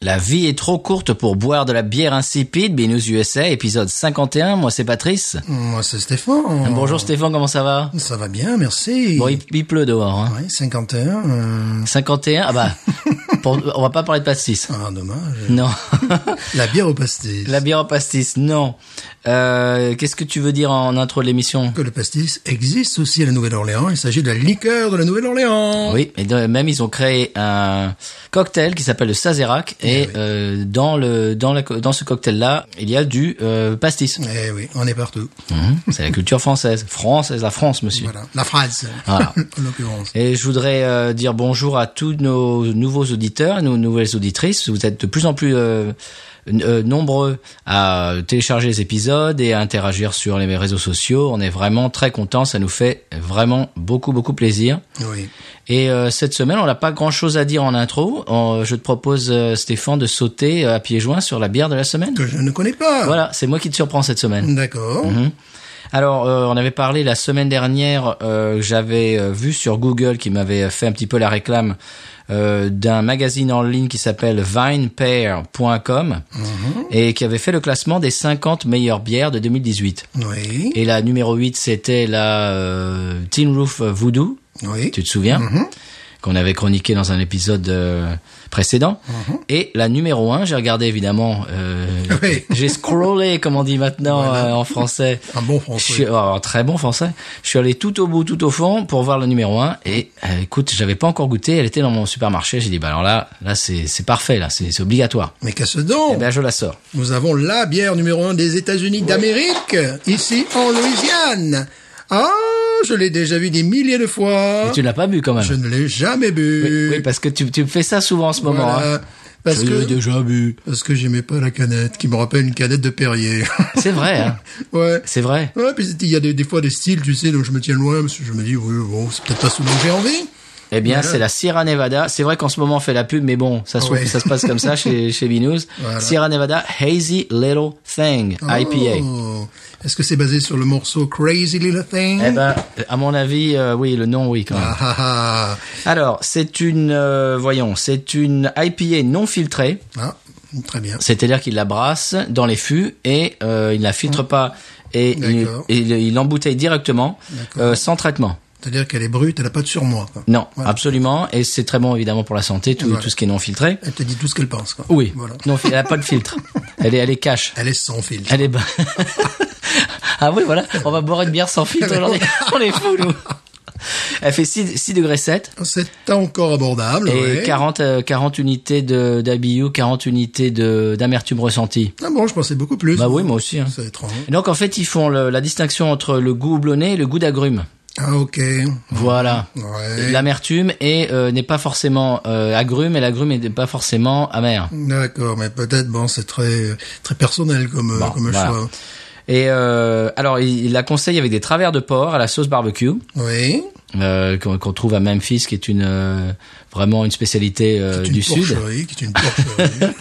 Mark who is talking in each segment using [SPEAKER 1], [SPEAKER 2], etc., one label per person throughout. [SPEAKER 1] La vie est trop courte pour boire de la bière insipide, Binous USA, épisode 51. Moi, c'est Patrice.
[SPEAKER 2] Moi, c'est Stéphane.
[SPEAKER 1] Oh. Ah, Bonjour Stéphane, comment ça va
[SPEAKER 2] Ça va bien, merci.
[SPEAKER 1] Bon, il, il pleut dehors. Hein.
[SPEAKER 2] Ouais, 51. euh,
[SPEAKER 1] 51, ah bah, pour- on va pas parler de pastis.
[SPEAKER 2] Ah, dommage.
[SPEAKER 1] Non.
[SPEAKER 2] La bière au pastis.
[SPEAKER 1] La bière au pastis, non. Euh, Qu'est-ce que tu veux dire en intro de l'émission
[SPEAKER 2] Que le pastis existe aussi à la Nouvelle-Orléans. Il s'agit de la liqueur de la Nouvelle-Orléans.
[SPEAKER 1] Oui, et de- même ils ont créé un cocktail qui s'appelle le Sazerac et euh, dans le dans la co- dans ce cocktail là, il y a du euh, pastis.
[SPEAKER 2] Eh oui, on est partout.
[SPEAKER 1] Mhm, C'est la culture française, française, la France, monsieur.
[SPEAKER 2] Voilà. La phrase.
[SPEAKER 1] Voilà.
[SPEAKER 2] en l'occurrence.
[SPEAKER 1] Et je voudrais euh, dire bonjour à tous nos nouveaux auditeurs, nos nouvelles auditrices. Vous êtes de plus en plus euh, n- euh, nombreux à télécharger les épisodes et à interagir sur les réseaux sociaux. On est vraiment très contents, ça nous fait vraiment beaucoup beaucoup plaisir.
[SPEAKER 2] Oui.
[SPEAKER 1] Et euh, cette semaine, on n'a pas grand-chose à dire en intro. On- je te propose, euh, Stéphane, de sauter euh, à pieds joints sur la bière de la semaine.
[SPEAKER 2] Que je ne connais pas.
[SPEAKER 1] Voilà, c'est moi qui te surprends cette semaine.
[SPEAKER 2] D'accord.
[SPEAKER 1] Alors, euh, on avait parlé la semaine dernière, euh, j'avais euh, vu sur Google qui m'avait fait un petit peu la réclame euh, d'un magazine en ligne qui s'appelle vinepair.com et qui avait fait le classement des 50 meilleures bières de 2018.
[SPEAKER 2] Oui.
[SPEAKER 1] Et la numéro 8, c'était la euh, Tin Roof Voodoo.
[SPEAKER 2] Oui.
[SPEAKER 1] Tu te souviens
[SPEAKER 2] Mhm.
[SPEAKER 1] Qu'on avait chroniqué dans un épisode euh, précédent.
[SPEAKER 2] Mhm.
[SPEAKER 1] Et la numéro un, j'ai regardé évidemment, euh,
[SPEAKER 2] Oui.
[SPEAKER 1] j'ai scrollé, comme on dit maintenant euh, en français.
[SPEAKER 2] Un bon
[SPEAKER 1] Je
[SPEAKER 2] français.
[SPEAKER 1] suis, oh, un très bon français. Je suis allé tout au bout, tout au fond pour voir le numéro un. Et euh, écoute, j'avais pas encore goûté. Elle était dans mon supermarché. J'ai dit, bah alors là, là c'est c'est parfait, là, c'est c'est obligatoire.
[SPEAKER 2] Mais qu'à ce don,
[SPEAKER 1] Eh ben je la sors.
[SPEAKER 2] nous avons la bière numéro un des États-Unis d'Amérique, ici en Louisiane. Ah, je l'ai déjà vu des milliers de fois.
[SPEAKER 1] Et tu l'as pas bu quand même.
[SPEAKER 2] Je ne l'ai jamais
[SPEAKER 1] Oui,
[SPEAKER 2] bu.
[SPEAKER 1] oui, parce que tu, tu me fais ça souvent en ce moment.
[SPEAKER 2] Voilà.
[SPEAKER 1] hein.
[SPEAKER 2] Parce
[SPEAKER 1] Je l'ai
[SPEAKER 2] que
[SPEAKER 1] déjà bu.
[SPEAKER 2] parce que j'aimais pas la canette, qui me rappelle une canette de Perrier.
[SPEAKER 1] C'est vrai. hein.
[SPEAKER 2] ouais.
[SPEAKER 1] C'est vrai.
[SPEAKER 2] Ouais, puis c'était- il y a des, des fois des styles, tu sais, donc je me tiens loin, parce que je me dis, oui, bon, c'est peut-être pas ce dont j'ai envie.
[SPEAKER 1] Eh bien,
[SPEAKER 2] Voilà.
[SPEAKER 1] c'est la Sierra Nevada. C'est vrai qu'en ce moment, on fait la pub, mais bon, ça se,
[SPEAKER 2] Ouais.
[SPEAKER 1] ça se passe comme ça chez, chez Binous.
[SPEAKER 2] Voilà.
[SPEAKER 1] Sierra Nevada Hazy Little Thing, IPA.
[SPEAKER 2] Oh. Est-ce que c'est basé sur le morceau Crazy Little Thing
[SPEAKER 1] Eh ben, à mon avis, euh, oui, le nom, oui, quand même.
[SPEAKER 2] Ah, ah, ah.
[SPEAKER 1] Alors, c'est une, euh, voyons, c'est une IPA non filtrée.
[SPEAKER 2] Ah, très bien.
[SPEAKER 1] C'est-à-dire qu'il la brasse dans les fûts et euh, il ne la filtre pas et il,
[SPEAKER 2] Hum. D'accord.
[SPEAKER 1] et il- il l'embouteille directement,
[SPEAKER 2] D'accord.
[SPEAKER 1] euh, sans traitement.
[SPEAKER 2] C'est-à-dire qu'elle est brute, elle a pas de surmoi. quoi.
[SPEAKER 1] Non,
[SPEAKER 2] Voilà.
[SPEAKER 1] absolument. Et c'est très bon, évidemment, pour la santé, tout,
[SPEAKER 2] Voilà.
[SPEAKER 1] tout ce qui est non filtré.
[SPEAKER 2] Elle te dit tout ce qu'elle pense. Quoi.
[SPEAKER 1] Oui.
[SPEAKER 2] Voilà.
[SPEAKER 1] Non, fi- elle n'a pas de filtre. Elle est, elle est cache.
[SPEAKER 2] Elle est sans filtre.
[SPEAKER 1] Elle est bonne. ah oui, voilà, on va boire une bière sans filtre aujourd'hui. on est fous, nous. Elle fait 6, degrés 7
[SPEAKER 2] C'est encore abordable.
[SPEAKER 1] et
[SPEAKER 2] ouais.
[SPEAKER 1] 40, euh, 40 unités de d'ABU, 40 unités de d'amertume ressentie.
[SPEAKER 2] Ah bon, je pensais beaucoup plus.
[SPEAKER 1] Bah oui, moi aussi. hein.
[SPEAKER 2] C'est étrange.
[SPEAKER 1] Et Donc en fait, ils font le- la distinction entre le goût houblonné et le goût d'agrumes.
[SPEAKER 2] Ah ok.
[SPEAKER 1] Voilà.
[SPEAKER 2] Ouais.
[SPEAKER 1] L'amertume est euh, n'est pas forcément euh, agrume et l'agrume n'est pas forcément amer.
[SPEAKER 2] D'accord, mais peut-être bon, c'est très très personnel comme euh,
[SPEAKER 1] Bon,
[SPEAKER 2] comme
[SPEAKER 1] Bah, voilà.
[SPEAKER 2] choix.
[SPEAKER 1] Et euh, alors, il, il la conseille avec des travers de porc à la sauce barbecue.
[SPEAKER 2] Oui.
[SPEAKER 1] euh, qu'on qu'on trouve à Memphis, qui est une euh, vraiment une spécialité euh,
[SPEAKER 2] C'est une
[SPEAKER 1] du sud.
[SPEAKER 2] porcherie, qui est une porcherie.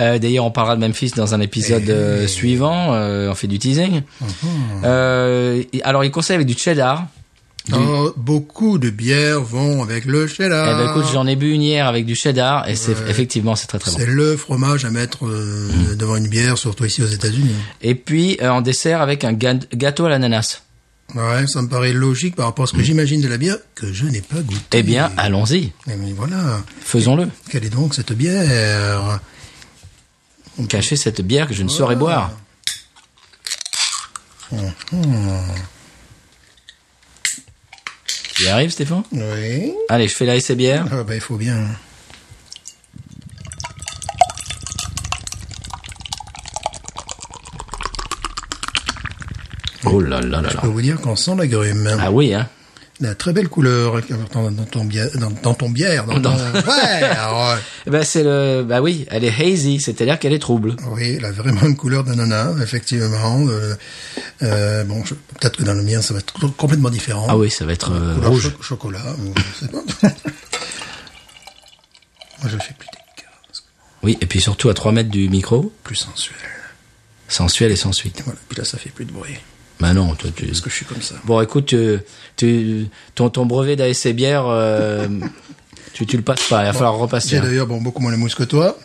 [SPEAKER 1] Euh, D'ailleurs, on parlera de Memphis dans un épisode
[SPEAKER 2] Eh
[SPEAKER 1] euh, suivant. euh, on fait du teasing.
[SPEAKER 2] Mm-hmm.
[SPEAKER 1] Euh, et- alors, il conseille avec du cheddar. Du-
[SPEAKER 2] Alors, Ah, beaucoup de bières vont avec le cheddar.
[SPEAKER 1] Eh ben, écoute, j'en ai bu une hier avec du cheddar, et c'est effectivement c'est très très bon.
[SPEAKER 2] Ah.
[SPEAKER 1] Mmh.
[SPEAKER 2] c'est le fromage à mettre euh, devant une bière, surtout ici aux États-Unis.
[SPEAKER 1] Et puis euh, en dessert avec un ga- gâteau à l'ananas.
[SPEAKER 2] Ouais, ça me paraît logique par rapport à ce que j'imagine de la bière que je n'ai pas goûté.
[SPEAKER 1] Mmh. Eh bien, allons-y,
[SPEAKER 2] Eh bien, voilà.
[SPEAKER 1] faisons-le.
[SPEAKER 2] Quelle est donc cette bière
[SPEAKER 1] Cachez cette bière que je ne saurais boire.
[SPEAKER 2] Mm-hmm.
[SPEAKER 1] Tu y arrives, Stéphane
[SPEAKER 2] Oui.
[SPEAKER 1] Allez, je fais la essai bière.
[SPEAKER 2] Ah bah il faut bien.
[SPEAKER 1] Oh là là là là. Oh
[SPEAKER 2] Je peux vous dire qu'on sent l'agrume.
[SPEAKER 1] Ah oui, hein.
[SPEAKER 2] La très belle couleur qu'il y a dans, dans ton bière, dans, dans ton bière, dans
[SPEAKER 1] Dans-
[SPEAKER 2] ton verre.
[SPEAKER 1] Eh Ben c'est le, bah oui, elle est hazy, c'est-à-dire qu'elle est trouble.
[SPEAKER 2] Oui, elle a vraiment une couleur d'ananas, effectivement. Euh, euh, bon, je- peut-être que dans le mien, ça va être co- complètement différent.
[SPEAKER 1] Ah oui, ça va être euh,
[SPEAKER 2] Couleur
[SPEAKER 1] rouge.
[SPEAKER 2] cho- chocolat, ou je sais pas. Moi, je le fais plus délicat, parce que
[SPEAKER 1] Oui, et puis surtout à 3 mètres du micro,
[SPEAKER 2] plus sensuel.
[SPEAKER 1] sensuel et sans suite.
[SPEAKER 2] Voilà, puis là, ça fait plus de bruit,
[SPEAKER 1] Bah non, toi tu.
[SPEAKER 2] parce que je suis comme ça.
[SPEAKER 1] Bon, écoute, tu, tu- ton, ton brevet d'ASC bière, euh, tu, tu le passes pas, il va falloir repasser.
[SPEAKER 2] J'ai
[SPEAKER 1] hein.
[SPEAKER 2] d'ailleurs bon, beaucoup moins la mousse que toi.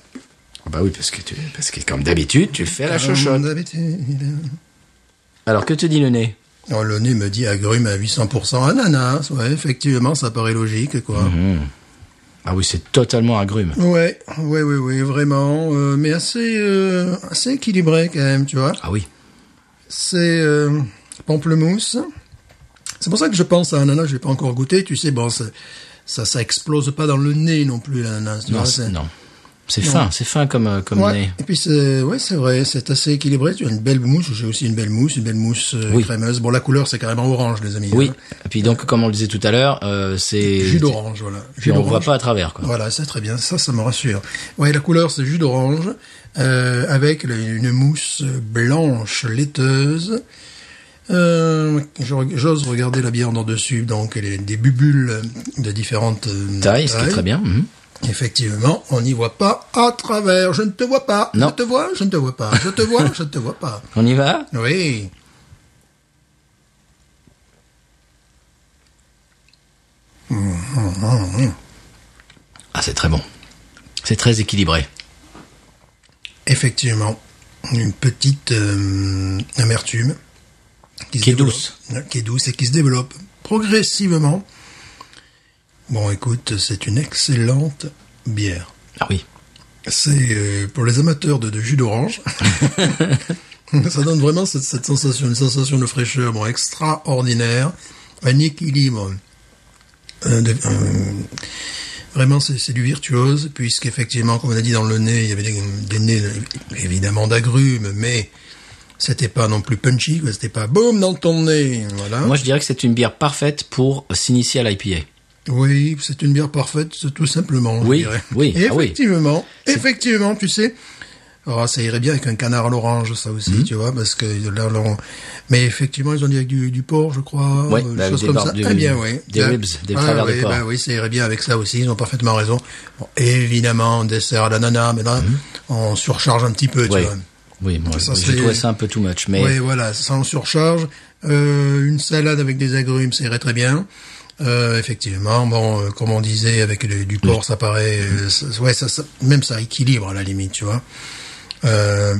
[SPEAKER 1] Ah Bah oui, parce que, tu, parce que comme d'habitude, tu le fais à la
[SPEAKER 2] Comme
[SPEAKER 1] chochotte.
[SPEAKER 2] Euh, d'habitude.
[SPEAKER 1] Alors que te dit le nez
[SPEAKER 2] Oh, le nez me dit agrume à 800% ananas. Ouais, effectivement, ça paraît logique, quoi.
[SPEAKER 1] Mhm. Ah oui, c'est totalement agrume.
[SPEAKER 2] Ouais, ouais, ouais, ouais, vraiment. euh, mais assez, euh, assez équilibré, quand même, tu vois.
[SPEAKER 1] Ah oui.
[SPEAKER 2] C'est euh, pamplemousse. C'est pour ça que je pense à ananas, je l'ai pas encore goûté. Tu sais, bon, ça, ça, ça explose pas dans le nez non plus, l'ananas. tu
[SPEAKER 1] Non,
[SPEAKER 2] vois,
[SPEAKER 1] c'est,
[SPEAKER 2] c'est-
[SPEAKER 1] non. C'est fin, c'est fin comme, euh, comme
[SPEAKER 2] Ouais.
[SPEAKER 1] nez.
[SPEAKER 2] Et puis c'est ouais c'est vrai c'est assez équilibré tu as une belle mousse j'ai aussi une belle mousse une belle mousse euh,
[SPEAKER 1] Oui.
[SPEAKER 2] crémeuse bon la couleur c'est carrément orange les amis
[SPEAKER 1] Oui.
[SPEAKER 2] hein.
[SPEAKER 1] Et puis donc, comme on le disait tout à l'heure, euh, c'est.
[SPEAKER 2] jus d'orange voilà
[SPEAKER 1] Puis
[SPEAKER 2] jus
[SPEAKER 1] on
[SPEAKER 2] d'orange
[SPEAKER 1] voit pas à travers, quoi.
[SPEAKER 2] Voilà, c'est très bien, ça, ça me rassure. Ouais, la couleur, c'est jus d'orange, euh, avec le- une mousse blanche laiteuse. Euh, je re- J'ose regarder la bière en dessus, donc elle est des bulles de différentes euh,
[SPEAKER 1] Taille, ce qui est très bien. mhm.
[SPEAKER 2] Effectivement, on n'y voit pas à travers. Je ne te vois pas.
[SPEAKER 1] Non.
[SPEAKER 2] Je te vois, je ne te vois pas. Je te vois, je ne te vois pas.
[SPEAKER 1] On y va
[SPEAKER 2] Oui. Hum,
[SPEAKER 1] Ah, c'est très bon. C'est très équilibré.
[SPEAKER 2] Effectivement, une petite euh, amertume se
[SPEAKER 1] Qui est
[SPEAKER 2] développe.
[SPEAKER 1] douce.
[SPEAKER 2] Ouais, qui est douce et qui se développe progressivement. Bon, écoute, c'est une excellente bière.
[SPEAKER 1] Ah oui.
[SPEAKER 2] C'est euh, pour les amateurs de, de jus d'orange. Ça donne vraiment cette, cette sensation, une sensation de fraîcheur, bon, extraordinaire, un équilibre. euh, de- euh, vraiment, c'est c'est du virtuose, puisqu'effectivement, comme on a dit dans le nez, il y avait des, des nez évidemment d'agrumes, mais c'était pas non plus punchy, quoi, c'était pas boum dans ton nez, voilà.
[SPEAKER 1] Moi, je dirais que c'est une bière parfaite pour s'initier à l'IPA.
[SPEAKER 2] Oui, c'est une bière parfaite, c'est tout simplement. je
[SPEAKER 1] Oui,
[SPEAKER 2] dirais.
[SPEAKER 1] oui,
[SPEAKER 2] Et
[SPEAKER 1] ah oui.
[SPEAKER 2] effectivement, effectivement, tu sais. Alors, ça irait bien avec un canard à l'orange, ça aussi,
[SPEAKER 1] Mhm.
[SPEAKER 2] tu vois, parce que là, là, on- mais effectivement, ils ont dit avec du, du porc, je crois,
[SPEAKER 1] Ouais,
[SPEAKER 2] euh,
[SPEAKER 1] bah,
[SPEAKER 2] choses
[SPEAKER 1] des
[SPEAKER 2] comme
[SPEAKER 1] barbes
[SPEAKER 2] ça.
[SPEAKER 1] du-
[SPEAKER 2] Très bien, oui.
[SPEAKER 1] des
[SPEAKER 2] Là-
[SPEAKER 1] ribs, des
[SPEAKER 2] Ah,
[SPEAKER 1] travers de
[SPEAKER 2] oui,
[SPEAKER 1] porc.
[SPEAKER 2] bah oui, ça irait bien avec ça aussi. Ils ont parfaitement raison. Bon, évidemment, dessert d'ananas, mais là,
[SPEAKER 1] Mhm.
[SPEAKER 2] on surcharge un petit peu, tu
[SPEAKER 1] Oui.
[SPEAKER 2] vois.
[SPEAKER 1] Oui, moi,
[SPEAKER 2] Ça,
[SPEAKER 1] j'ai
[SPEAKER 2] c'est-
[SPEAKER 1] trouvé ça un peu too much, mais
[SPEAKER 2] Oui, voilà, ça en surcharge. Euh, une salade avec des agrumes, ça irait très bien. Euh, effectivement, bon, euh, comme on disait, avec le- du porc, ça paraît, euh, ça- ouais, ça, ça- même ça équilibre à la limite, tu vois. Euh,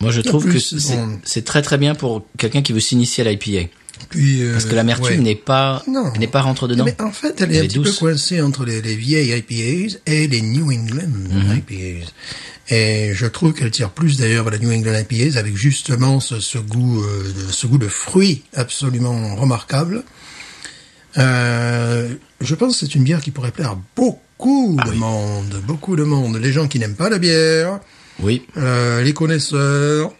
[SPEAKER 1] moi, je trouve
[SPEAKER 2] plus,
[SPEAKER 1] que c'est
[SPEAKER 2] on-
[SPEAKER 1] c'est très très bien pour quelqu'un qui veut s'initier à l'IPA.
[SPEAKER 2] puis, euh,
[SPEAKER 1] Parce que l'amertume
[SPEAKER 2] ouais.
[SPEAKER 1] n'est pas,
[SPEAKER 2] Non.
[SPEAKER 1] n'est pas rentre dedans.
[SPEAKER 2] Mais en fait, elle est
[SPEAKER 1] Elle
[SPEAKER 2] un
[SPEAKER 1] est
[SPEAKER 2] petit
[SPEAKER 1] douce.
[SPEAKER 2] peu coincée entre les, les vieilles IPAs et les New England IPAs. Et je trouve qu'elle tire plus d'ailleurs vers la New England IPAs avec justement ce, ce goût, euh, de- ce goût de fruit absolument remarquable. Euh, je pense que c'est une bière qui pourrait plaire à beaucoup de monde, beaucoup de monde. Les gens qui n'aiment pas la bière,
[SPEAKER 1] Oui.
[SPEAKER 2] euh, les connaisseurs,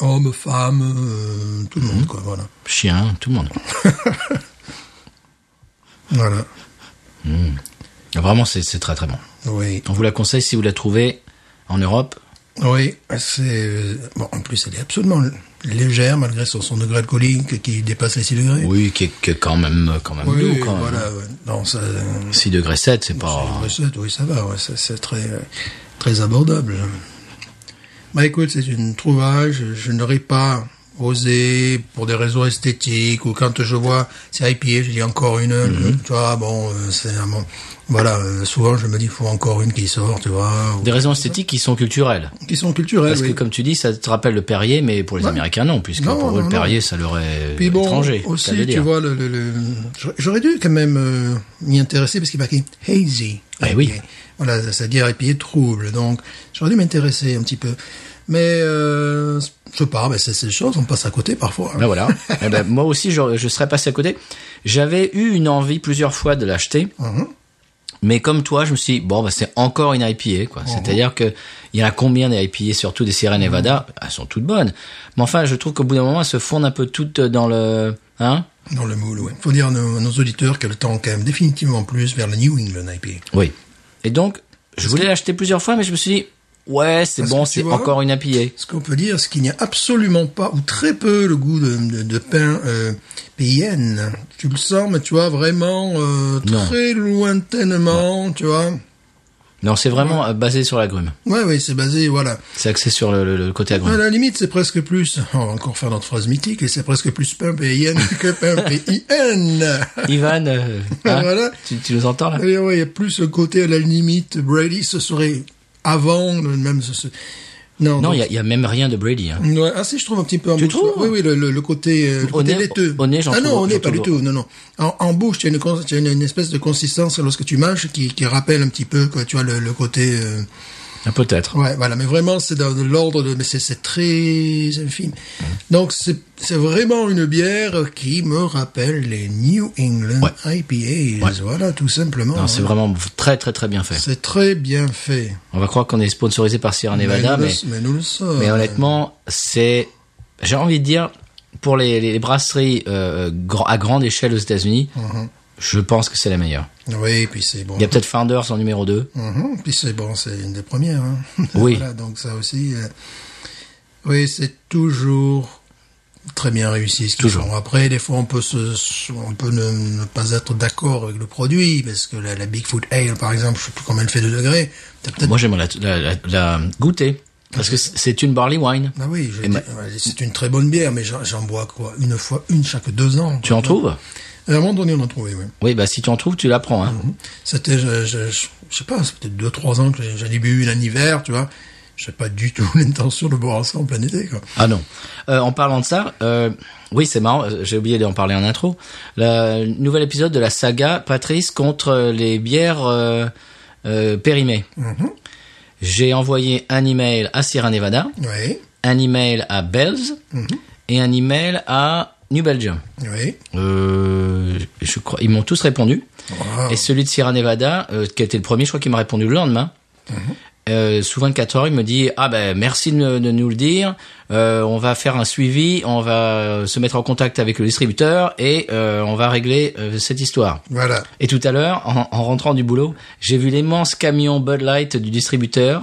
[SPEAKER 2] hommes, femmes, euh, tout le monde quoi. Voilà,
[SPEAKER 1] Chien, tout le monde.
[SPEAKER 2] voilà.
[SPEAKER 1] Vraiment, c'est c'est très très bon.
[SPEAKER 2] Oui.
[SPEAKER 1] On vous la conseille si vous la trouvez en Europe.
[SPEAKER 2] Oui, c'est euh, bon. En plus, elle est absolument légère malgré son, son degré alcoolique qui dépasse les 6 degrés.
[SPEAKER 1] Oui, qui est, qui est quand même, quand même
[SPEAKER 2] Oui,
[SPEAKER 1] doux, quand même.
[SPEAKER 2] voilà. ouais. Non, ça, euh,
[SPEAKER 1] 6 degrés 7, c'est
[SPEAKER 2] c'est
[SPEAKER 1] pas.
[SPEAKER 2] une recette, oui, ça va. ouais, ça, c'est très euh, très abordable. Bah écoute, c'est une trouvaille. Je, je n'aurais pas osé pour des raisons esthétiques ou quand je vois c'est IPA, je dis encore une.
[SPEAKER 1] Mhm.
[SPEAKER 2] Tu vois, bon, euh, c'est un bon. Voilà, euh, souvent je me dis faut encore une qui sort, tu vois, ou-
[SPEAKER 1] Des raisons esthétiques qui sont culturelles.
[SPEAKER 2] qui sont culturelles.
[SPEAKER 1] Parce
[SPEAKER 2] oui.
[SPEAKER 1] que, comme tu dis, ça te rappelle le Perrier, mais pour les Américains, non, puisque
[SPEAKER 2] Non,
[SPEAKER 1] pour eux,
[SPEAKER 2] non,
[SPEAKER 1] le
[SPEAKER 2] non.
[SPEAKER 1] Perrier, ça leur est
[SPEAKER 2] Puis bon,
[SPEAKER 1] Euh, étranger. ça veut
[SPEAKER 2] aussi, tu
[SPEAKER 1] dire.
[SPEAKER 2] vois, le, le- le- j'aurais- j'aurais dû quand même euh, m'y intéresser parce qu'il marquait hazy.
[SPEAKER 1] Eh oui.
[SPEAKER 2] Voilà, ça- c'est-à-dire épier trouble. Donc, j'aurais dû m'intéresser un petit peu. Mais, euh, je sais pas, mais c'est ces choses, on passe à côté parfois.
[SPEAKER 1] Ben voilà. Eh ben, moi aussi, je, je serais passé à côté. J'avais eu une envie plusieurs fois de l'acheter.
[SPEAKER 2] Mhm.
[SPEAKER 1] Mais comme toi, je me suis dit, bon, bah, c'est encore une IPA,
[SPEAKER 2] Mhm.
[SPEAKER 1] quoi. C'est-à-dire que, il y en a combien des IPA, surtout
[SPEAKER 2] Mhm.
[SPEAKER 1] des Sierra Nevada? Elles sont toutes bonnes. Mais enfin, je trouve qu'au bout d'un moment, elles se fondent un peu toutes dans le, Hein
[SPEAKER 2] Dans le moule, ouais. Faut dire à nos, à nos auditeurs qu'elle tend quand même définitivement plus vers la New England eh IPA.
[SPEAKER 1] Oui. Et donc, je voulais l'acheter plusieurs fois, mais je me suis dit, ouais, c'est
[SPEAKER 2] Parce
[SPEAKER 1] bon,
[SPEAKER 2] que tu
[SPEAKER 1] c'est
[SPEAKER 2] vois-
[SPEAKER 1] encore une IPA.
[SPEAKER 2] Ce qu'on peut dire, c'est qu'il n'y a absolument pas, ou très peu, le goût de, de- de pain euh, PIN. Tu le sens, mais tu vois, vraiment euh,
[SPEAKER 1] Non.
[SPEAKER 2] très lointainement, tu vois.
[SPEAKER 1] Non, c'est vraiment euh, basé sur l'agrume.
[SPEAKER 2] Ouais, oui, c'est basé, voilà.
[SPEAKER 1] C'est axé sur le, le- le côté agrume.
[SPEAKER 2] À la limite, c'est presque plus, on va encore faire notre phrase mythique, et c'est presque plus pain PIN que pain PIN.
[SPEAKER 1] Ivan, euh, hein,
[SPEAKER 2] Ah, Voilà.
[SPEAKER 1] tu, tu nous entends là
[SPEAKER 2] Eh bien, ouais, il y a plus ce côté à la limite. Brady, ce serait avant le même. ce- ce- Non,
[SPEAKER 1] Non,
[SPEAKER 2] donc-
[SPEAKER 1] il y a- il y, a même rien de Brady. hein.
[SPEAKER 2] Ouais, ah si, je trouve un petit peu en
[SPEAKER 1] Tu
[SPEAKER 2] bouche.
[SPEAKER 1] trouves
[SPEAKER 2] Oui, oui, le, le- le côté, euh, le
[SPEAKER 1] Au
[SPEAKER 2] côté
[SPEAKER 1] nez-
[SPEAKER 2] laiteux.
[SPEAKER 1] au nez, j'en
[SPEAKER 2] ah non,
[SPEAKER 1] trouve-
[SPEAKER 2] au
[SPEAKER 1] j'en
[SPEAKER 2] nez, pas du
[SPEAKER 1] trouve-
[SPEAKER 2] tout. Non, non. En, en bouche, tu as, une, cons- tu as une, une espèce de consistance lorsque tu mâches qui, qui rappelle un petit peu, quoi, tu vois, le, le côté... euh,
[SPEAKER 1] Ah, Peut-être.
[SPEAKER 2] Ouais, voilà, mais vraiment, c'est dans l'ordre de... Mais c'est- c'est très infime.
[SPEAKER 1] Hein?
[SPEAKER 2] Donc, c'est c'est vraiment une bière qui me rappelle les New England IPAs.
[SPEAKER 1] Ouais.
[SPEAKER 2] Voilà, tout simplement.
[SPEAKER 1] Non, c'est
[SPEAKER 2] hein.
[SPEAKER 1] vraiment très très très bien fait.
[SPEAKER 2] C'est très bien fait.
[SPEAKER 1] On va croire qu'on est sponsorisé par Sierra Nevada,
[SPEAKER 2] nous
[SPEAKER 1] mais,
[SPEAKER 2] le- mais nous le sommes.
[SPEAKER 1] mais honnêtement, c'est, j'ai envie de dire, pour les, les- les brasseries euh, gra- à grande échelle aux États-Unis,
[SPEAKER 2] Uh-huh.
[SPEAKER 1] je pense que c'est la meilleure.
[SPEAKER 2] Oui, puis c'est bon.
[SPEAKER 1] Il y a peut-être Founders en numéro 2.
[SPEAKER 2] Mhm, Puis c'est bon, c'est une des premières. hein.
[SPEAKER 1] Oui.
[SPEAKER 2] Voilà, donc ça aussi. euh, Oui, c'est toujours très bien réussi ce qu'ils
[SPEAKER 1] Toujours.
[SPEAKER 2] font. Après, des fois, on peut, se, se- on peut ne, ne pas être d'accord avec le produit, parce que la, la Bigfoot Ale, par exemple, je sais plus combien elle fait de degrés. T'as peut-être.
[SPEAKER 1] Moi, j'aimerais la, la- la- la goûter parce que c'est c'est une barley wine.
[SPEAKER 2] Ah oui, je
[SPEAKER 1] Et ma-
[SPEAKER 2] dis- ouais, c'est une très bonne bière, mais j'en j'en bois quoi Une fois, une chaque deux ans.
[SPEAKER 1] Tu en trouves
[SPEAKER 2] À un moment donné, on en trouvait, oui.
[SPEAKER 1] Oui, bah si tu en trouves, tu la prends. Hein.
[SPEAKER 2] C'était, je, je, je, je sais pas, c'était deux, trois ans que j'en ai bu une en hiver, tu vois. J'ai pas du tout l'intention de boire ça en plein été, quoi.
[SPEAKER 1] Ah non. Euh, en parlant de ça, euh, oui, c'est marrant. euh, J'ai oublié d'en parler en intro. Le nouvel épisode de la saga Patrice contre les bières euh, euh, périmées.
[SPEAKER 2] Mhm.
[SPEAKER 1] J'ai envoyé un email à Sierra Nevada,
[SPEAKER 2] Oui,
[SPEAKER 1] un email à Bells et un email à New Belgium.
[SPEAKER 2] oui.
[SPEAKER 1] Euh, je crois, ils m'ont tous répondu.
[SPEAKER 2] Wow.
[SPEAKER 1] Et celui de Sierra Nevada, euh, qui a été le premier, je crois qu'il m'a répondu le lendemain. Euh, sous 24 heures, il me dit ah ben merci de, de nous le dire. Euh, on va faire un suivi, on va euh, se mettre en contact avec le distributeur et euh, on va régler euh, cette histoire.
[SPEAKER 2] Voilà.
[SPEAKER 1] Et tout à l'heure, en, en rentrant du boulot, j'ai vu l'immense camion Bud Light du distributeur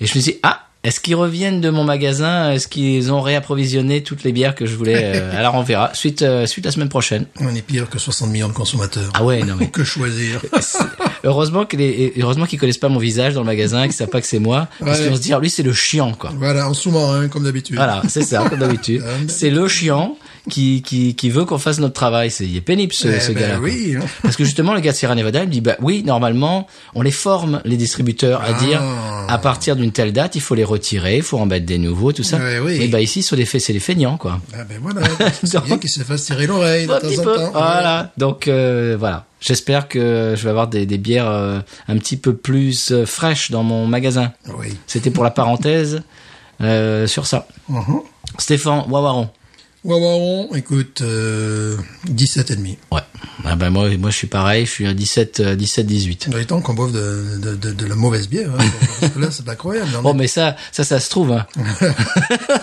[SPEAKER 1] et je me suis dit ah est-ce qu'ils reviennent de mon magasin Est-ce qu'ils ont réapprovisionné toutes les bières que je voulais euh, Alors on verra. Suite euh, suite la semaine prochaine.
[SPEAKER 2] On est pire que 60 millions de consommateurs.
[SPEAKER 1] Ah ouais non mais
[SPEAKER 2] Que choisir
[SPEAKER 1] c'est- heureusement qu'ils heureusement qu'ils connaissent pas mon visage dans le magasin, qu'ils savent pas que c'est moi, parce
[SPEAKER 2] Ouais.
[SPEAKER 1] qu'ils vont se dire lui c'est le chiant quoi.
[SPEAKER 2] Voilà, en sous-marin, comme d'habitude.
[SPEAKER 1] Voilà, c'est ça comme d'habitude.
[SPEAKER 2] Euh,
[SPEAKER 1] C'est le chiant qui qui qui veut qu'on fasse notre travail. C'est il est pénible ce,
[SPEAKER 2] Eh
[SPEAKER 1] ce
[SPEAKER 2] ben
[SPEAKER 1] gars-là. quoi.
[SPEAKER 2] oui. hein.
[SPEAKER 1] Parce que justement, le gars de Sierra Nevada, il me dit, bah oui, normalement, on les forme, les distributeurs, à
[SPEAKER 2] Ah.
[SPEAKER 1] dire, à partir d'une telle date, il faut les retirer, il faut en mettre des nouveaux, tout ça.
[SPEAKER 2] Ouais, oui.
[SPEAKER 1] Et bah ici, sur les faits, c'est les feignants, quoi.
[SPEAKER 2] Ah ben voilà, c'est bien
[SPEAKER 1] Donc-
[SPEAKER 2] qu'il se fasse tirer l'oreille de
[SPEAKER 1] Un
[SPEAKER 2] temps
[SPEAKER 1] petit
[SPEAKER 2] en
[SPEAKER 1] peu.
[SPEAKER 2] temps.
[SPEAKER 1] Voilà. Donc euh, voilà. J'espère que je vais avoir des, des bières euh, un petit peu plus euh, fraîches dans mon magasin.
[SPEAKER 2] Oui.
[SPEAKER 1] C'était pour la parenthèse euh, sur ça.
[SPEAKER 2] Mhm.
[SPEAKER 1] Stéphane Wawaron.
[SPEAKER 2] Wawaron, écoute, euh, 17 et demi.
[SPEAKER 1] Ouais. Ah ben moi, moi je suis pareil. Je suis à 17, euh, 17, 18.
[SPEAKER 2] Il est temps qu'on boive de, de, de, de la mauvaise bière. hein, parce que là, c'est pas croyable. On
[SPEAKER 1] Oh mais ça, ça, ça se trouve. hein.
[SPEAKER 2] est-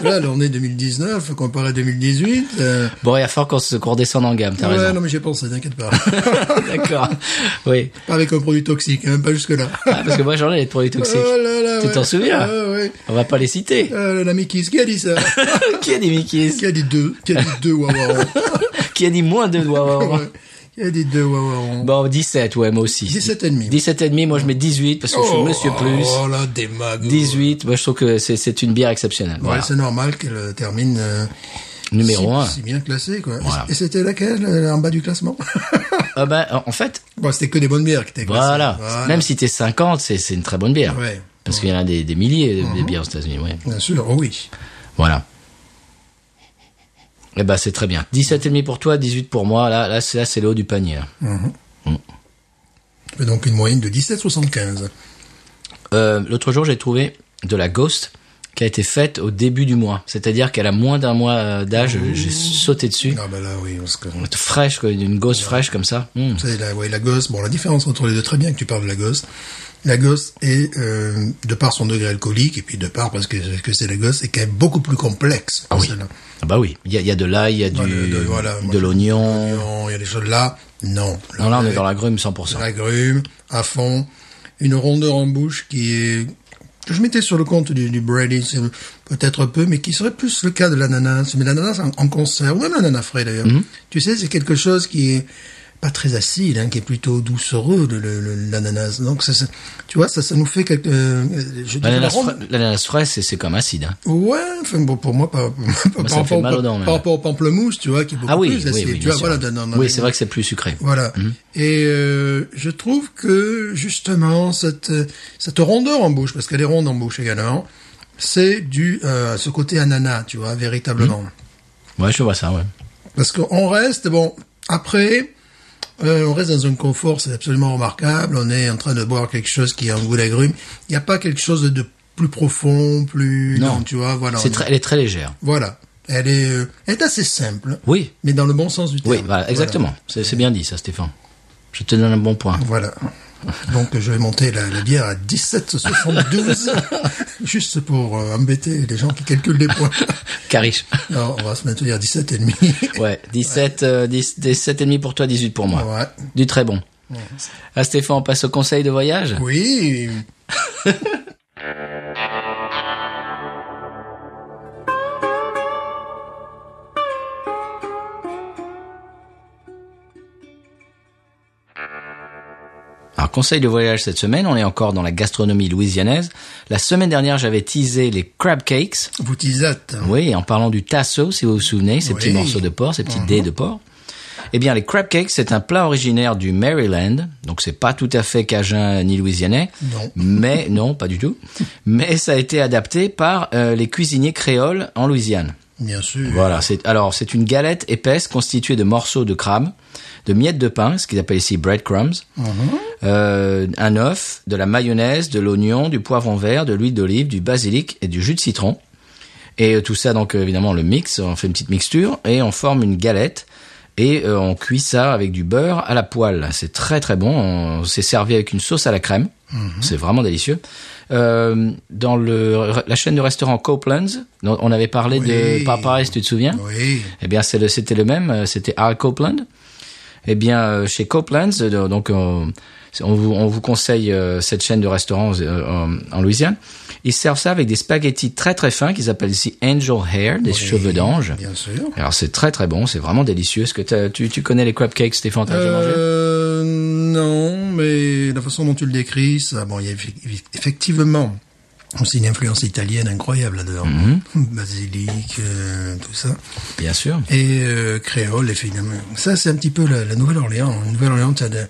[SPEAKER 2] Là, on est 2019, comparé à 2018. euh,
[SPEAKER 1] Bon, il va falloir qu'on se qu'on redescende en gamme. T'as
[SPEAKER 2] ouais,
[SPEAKER 1] raison.
[SPEAKER 2] non, mais j'ai pensé, t'inquiète pas.
[SPEAKER 1] D'accord. Oui.
[SPEAKER 2] pas avec un produit toxique, hein, même pas jusque-là.
[SPEAKER 1] Ah, parce que moi j'en ai les produits toxiques.
[SPEAKER 2] Oh là là,
[SPEAKER 1] Tu
[SPEAKER 2] ouais.
[SPEAKER 1] t'en souviens
[SPEAKER 2] Ah ouais.
[SPEAKER 1] On va pas les citer.
[SPEAKER 2] Euh, L'ami Kiss, qui a dit ça
[SPEAKER 1] qui a dit Mickey's
[SPEAKER 2] Qui a dit deux Qui a dit deux Wawaron
[SPEAKER 1] Qui a dit moins de Wawaron
[SPEAKER 2] Ouais. Qui a dit deux Wawaron
[SPEAKER 1] Bon, 17, ouais, moi aussi.
[SPEAKER 2] 17 et demi.
[SPEAKER 1] 17 et demi, moi je mets 18 parce que je suis monsieur plus.
[SPEAKER 2] Oh là, des magots.
[SPEAKER 1] 18, moi je trouve que c'est- c'est une bière exceptionnelle.
[SPEAKER 2] Ouais,
[SPEAKER 1] Voilà.
[SPEAKER 2] c'est normal qu'elle euh, termine euh,
[SPEAKER 1] Numéro
[SPEAKER 2] si,
[SPEAKER 1] 1.
[SPEAKER 2] si bien classée. Quoi. Et-
[SPEAKER 1] Voilà.
[SPEAKER 2] Et c'était laquelle euh, en bas du classement
[SPEAKER 1] Ah ben, en- en fait,
[SPEAKER 2] Bon, c'était que des bonnes bières qui étaient classées.
[SPEAKER 1] voilà. Même si t'es 50, c'est c'est une très bonne bière.
[SPEAKER 2] Ouais. Mhm.
[SPEAKER 1] Parce qu'il y en a des, des milliers de des bières aux États-Unis, ouais.
[SPEAKER 2] Bien sûr, oh oui.
[SPEAKER 1] Voilà. Eh ben, c'est très bien. 17 et demi pour toi, 18 pour moi. Là, là, c'est là, c'est le haut du panier. là.
[SPEAKER 2] Et Donc une moyenne de 17,75.
[SPEAKER 1] Euh, L'autre jour, j'ai trouvé de la Ghost qui a été faite au début du mois. C'est-à-dire qu'elle a moins d'un mois euh, d'âge.
[SPEAKER 2] Mmh.
[SPEAKER 1] J'ai sauté dessus.
[SPEAKER 2] Ah bah là, oui. Parce que...
[SPEAKER 1] Fraîche, quoi, une Ghost fraîche comme ça. Hum.
[SPEAKER 2] C'est la, ouais, la gosse. Bon, la différence entre les deux, très bien que tu parles de la gosse. la gosse est, euh, de par son degré alcoolique, et puis de par parce que, que c'est la gosse, est quand même beaucoup plus complexe
[SPEAKER 1] Ah
[SPEAKER 2] que
[SPEAKER 1] oui.
[SPEAKER 2] celle-là.
[SPEAKER 1] Ah bah oui, il y a, il y a de l'ail, il y a du,
[SPEAKER 2] Voilà,
[SPEAKER 1] de,
[SPEAKER 2] Bah, de- voilà, moi, je-
[SPEAKER 1] l'oignon.
[SPEAKER 2] l'oignon, Il y a des choses là. Non.
[SPEAKER 1] Non, là on est
[SPEAKER 2] avec
[SPEAKER 1] dans la grume 100%.
[SPEAKER 2] de l'agrumes, à fond. Une rondeur en bouche qui est... que Je mettais sur le compte du, du Brady, c'est peut-être peu, mais qui serait plus le cas de l'ananas. Mais l'ananas en, en conserve, ou même l'ananas frais d'ailleurs.
[SPEAKER 1] Mhm.
[SPEAKER 2] Tu sais, c'est quelque chose qui est pas très acide, hein, qui est plutôt doucereux, le- le- le- l'ananas. Donc, ça, ça- tu vois, ça, ça nous fait quelque... euh, je dis
[SPEAKER 1] L'ananas
[SPEAKER 2] la ronde-
[SPEAKER 1] fra- L'ananas frais, c'est c'est comme acide. hein.
[SPEAKER 2] Ouais, enfin, bon, pour moi, pas, par,
[SPEAKER 1] ça me fait
[SPEAKER 2] rapport au-
[SPEAKER 1] mal aux dents, même.
[SPEAKER 2] par rapport au pamplemousse, tu vois, qui est beaucoup
[SPEAKER 1] Ah oui,
[SPEAKER 2] plus
[SPEAKER 1] oui,
[SPEAKER 2] acide.
[SPEAKER 1] oui,
[SPEAKER 2] tu
[SPEAKER 1] bien
[SPEAKER 2] vois,
[SPEAKER 1] sûr.
[SPEAKER 2] voilà, dans- dans-
[SPEAKER 1] oui,
[SPEAKER 2] dans-
[SPEAKER 1] c'est vrai que c'est plus sucré.
[SPEAKER 2] voilà.
[SPEAKER 1] Mhm.
[SPEAKER 2] Et euh, je trouve que justement cette euh, cette rondeur en bouche, parce qu'elle est ronde en bouche également, c'est du euh, ce côté ananas, tu vois, véritablement.
[SPEAKER 1] Mhm. Ouais, je vois ça, ouais.
[SPEAKER 2] Parce qu'on reste bon après. euh, on reste dans un confort, c'est absolument remarquable. On est en train de boire quelque chose qui a un goût d'agrumes. Il n'y a pas quelque chose de plus profond, plus
[SPEAKER 1] Non.
[SPEAKER 2] tu vois, voilà.
[SPEAKER 1] C'est très, elle est très légère.
[SPEAKER 2] Voilà, elle est, euh, elle est assez simple,
[SPEAKER 1] Oui,
[SPEAKER 2] mais dans le bon sens du terme.
[SPEAKER 1] oui, voilà, exactement. C'est c'est bien dit, ça, Stéphane. Je te donne un bon point.
[SPEAKER 2] Voilà. Donc je vais monter la, la bière à 17,72, juste pour euh, embêter les gens qui calculent les points.
[SPEAKER 1] Cariche.
[SPEAKER 2] Alors, on va se maintenir à 17,5.
[SPEAKER 1] Ouais, 17, euh, 10, 17 et demi pour toi, 18 pour moi.
[SPEAKER 2] Ouais.
[SPEAKER 1] Du très bon. Ah Stéphane, on passe au conseil de voyage.
[SPEAKER 2] Oui,
[SPEAKER 1] Alors, conseil de voyage cette semaine, on est encore dans la gastronomie louisianaise. La semaine dernière, j'avais teasé les crab cakes.
[SPEAKER 2] vous tisate.
[SPEAKER 1] Oui, en parlant du tasso, si vous vous souvenez, ces
[SPEAKER 2] Oui.
[SPEAKER 1] petits morceaux de porc, ces petits dés de porc. Eh bien, les crab cakes, c'est un plat originaire du Maryland, donc c'est pas tout à fait cajun ni louisianais.
[SPEAKER 2] Non.
[SPEAKER 1] Mais, non, pas du tout. Mais ça a été adapté par euh, les cuisiniers créoles en Louisiane.
[SPEAKER 2] Bien sûr.
[SPEAKER 1] Voilà, c'est alors c'est une galette épaisse constituée de morceaux de crabe, de miettes de pain, ce qu'ils appellent ici breadcrumbs, euh, un œuf, de la mayonnaise, de l'oignon, du poivron vert, de l'huile d'olive, du basilic et du jus de citron. Et euh, tout ça donc euh, évidemment on le mixe, on fait une petite mixture et on forme une galette et euh, on cuit ça avec du beurre à la poêle. C'est très très bon, On- c'est servi avec une sauce à la crème. C'est vraiment délicieux. Euh, dans le, la chaîne de restaurant Copeland's, dont on avait parlé
[SPEAKER 2] Oui.
[SPEAKER 1] de Papa, si tu te souviens.
[SPEAKER 2] Oui.
[SPEAKER 1] Eh bien, c'est le- c'était le même, euh, c'était Al Copeland. Eh bien, euh, chez Copeland's, euh, donc euh, on, vous, on vous conseille euh, cette chaîne de restaurants euh, en- en Louisiane. Ils servent ça avec des spaghettis très très fins qu'ils appellent ici angel hair, des cheveux d'ange.
[SPEAKER 2] Bien sûr.
[SPEAKER 1] Alors c'est très très bon, c'est vraiment délicieux. Est-ce que t'as- tu, tu connais les crab cakes, Stéphane T'as déjà mangé
[SPEAKER 2] Euh, non, mais la façon dont tu le décris, ça, bon, il y a effe- effectivement aussi une influence italienne incroyable là-dedans. Basilic, euh, tout ça.
[SPEAKER 1] Bien sûr.
[SPEAKER 2] et euh, créole et finalement ça c'est un petit peu la, la Nouvelle-Orléans En Nouvelle-Orléans t'as de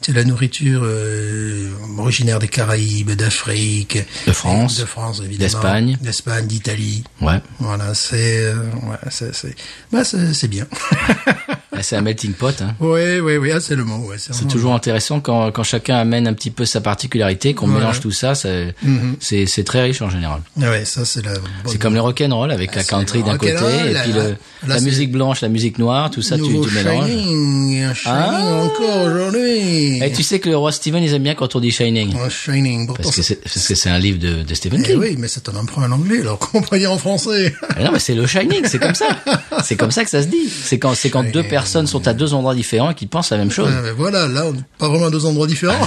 [SPEAKER 2] t'as la nourriture euh, originaire des Caraïbes d'Afrique
[SPEAKER 1] De France.
[SPEAKER 2] de France évidemment
[SPEAKER 1] D'Espagne.
[SPEAKER 2] d'Espagne d'Italie
[SPEAKER 1] Ouais.
[SPEAKER 2] voilà c'est euh, ouais, c'est c'est bah, c'est c'est bien
[SPEAKER 1] Ah, C'est un melting pot. Hein.
[SPEAKER 2] ouais ouais ouais ah, c'est le mot ouais
[SPEAKER 1] C'est
[SPEAKER 2] vraiment-
[SPEAKER 1] toujours intéressant quand, quand chacun amène un petit peu sa particularité, qu'on
[SPEAKER 2] Voilà.
[SPEAKER 1] mélange tout ça. c'est-
[SPEAKER 2] Mm-hmm.
[SPEAKER 1] C'est c'est très riche en général.
[SPEAKER 2] Ah ouais ça c'est la
[SPEAKER 1] C'est comme le rock'n'roll avec la
[SPEAKER 2] Ah, c'est
[SPEAKER 1] country
[SPEAKER 2] le
[SPEAKER 1] d'un côté
[SPEAKER 2] rock'n'roll,
[SPEAKER 1] et
[SPEAKER 2] là,
[SPEAKER 1] puis
[SPEAKER 2] là.
[SPEAKER 1] le,
[SPEAKER 2] Là,
[SPEAKER 1] la
[SPEAKER 2] c'est-
[SPEAKER 1] musique blanche, la musique noire, tout ça tu,
[SPEAKER 2] nouveau
[SPEAKER 1] tu mélanges.
[SPEAKER 2] Shining un Shining
[SPEAKER 1] Ah.
[SPEAKER 2] encore aujourd'hui
[SPEAKER 1] Et tu sais que le roi Steven ils aiment bien quand on dit Shining
[SPEAKER 2] un Shining pourtant
[SPEAKER 1] parce que
[SPEAKER 2] c'est-
[SPEAKER 1] c'est parce que c'est un livre de, de Stephen
[SPEAKER 2] eh
[SPEAKER 1] King.
[SPEAKER 2] oui mais c'est un emprunt en anglais alors qu'on pourrait dire en français
[SPEAKER 1] Ah non mais c'est le Shining, c'est comme ça. c'est comme ça que ça se dit. C'est quand c'est quand deux personnes sont à deux endroits différents et qu'ils pensent la même chose.
[SPEAKER 2] Ah, ben voilà, là, on n'est pas vraiment à deux endroits différents.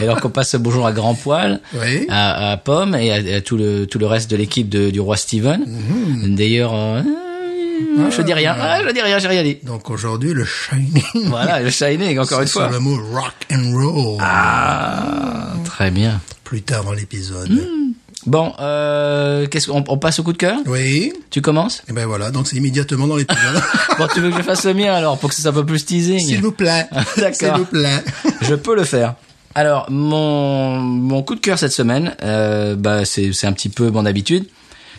[SPEAKER 1] Et alors qu'on passe bonjour à Grand Poil,
[SPEAKER 2] Oui.
[SPEAKER 1] à, à Pomme et à, à tout le tout le reste de l'équipe de- du roi Steven.
[SPEAKER 2] Mm-hmm.
[SPEAKER 1] D'ailleurs, euh, je dis rien. Ah, je dis rien, j'ai rien dit.
[SPEAKER 2] Donc aujourd'hui, le shining.
[SPEAKER 1] Voilà, le Shining encore une
[SPEAKER 2] sur
[SPEAKER 1] fois.
[SPEAKER 2] le mot rock and roll.
[SPEAKER 1] Ah, très bien.
[SPEAKER 2] Plus tard dans l'épisode.
[SPEAKER 1] Hmm. Bon, euh, qu'est-ce qu'on on passe au coup de cœur
[SPEAKER 2] Oui.
[SPEAKER 1] Tu commences
[SPEAKER 2] Et ben voilà, donc c'est immédiatement dans l'épisode.
[SPEAKER 1] Bon, tu veux que je fasse le mien alors pour que ça soit un peu plus
[SPEAKER 2] S'il
[SPEAKER 1] teasing
[SPEAKER 2] vous plaît.
[SPEAKER 1] Ah, D'accord.
[SPEAKER 2] S'il vous plaît.
[SPEAKER 1] Je peux le faire. Alors, mon, mon coup de cœur cette semaine, euh, bah, c'est c'est un petit peu mon habitude.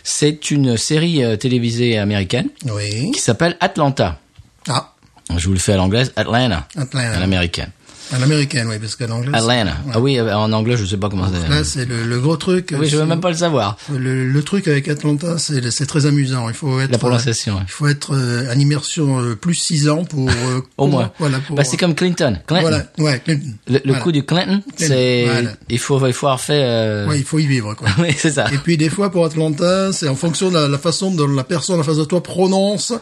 [SPEAKER 1] C'est une série euh, télévisée américaine
[SPEAKER 2] Oui.
[SPEAKER 1] qui s'appelle Atlanta.
[SPEAKER 2] Ah,
[SPEAKER 1] Je vous le fais à l'anglaise, Atlanta, à
[SPEAKER 2] Atlanta.
[SPEAKER 1] l'américaine.
[SPEAKER 2] À l'américaine, oui, parce qu'en anglais. c'est-
[SPEAKER 1] Atlanta.
[SPEAKER 2] Ouais.
[SPEAKER 1] Ah oui, euh, en anglais, je sais pas comment ça
[SPEAKER 2] Là, c'est le, le gros truc.
[SPEAKER 1] Oui, je veux
[SPEAKER 2] c'est-
[SPEAKER 1] même pas le savoir.
[SPEAKER 2] Le, le truc avec Atlanta, c'est c'est très amusant. Il faut être
[SPEAKER 1] La prononciation, hein. ouais.
[SPEAKER 2] il faut être euh, en immersion euh, plus 6 ans pour euh,
[SPEAKER 1] Au
[SPEAKER 2] pour-
[SPEAKER 1] moins.
[SPEAKER 2] Voilà, pour, euh,
[SPEAKER 1] Bah, c'est comme Clinton. Clinton.
[SPEAKER 2] voilà, ouais, Clinton.
[SPEAKER 1] Le, le
[SPEAKER 2] Voilà.
[SPEAKER 1] coup du Clinton, c'est
[SPEAKER 2] Voilà.
[SPEAKER 1] il faut il faut avoir fait. euh,
[SPEAKER 2] Ouais, il faut y vivre quoi.
[SPEAKER 1] oui, c'est ça.
[SPEAKER 2] Et puis des fois pour Atlanta, c'est en fonction de la, la façon dont la personne en face de toi prononce.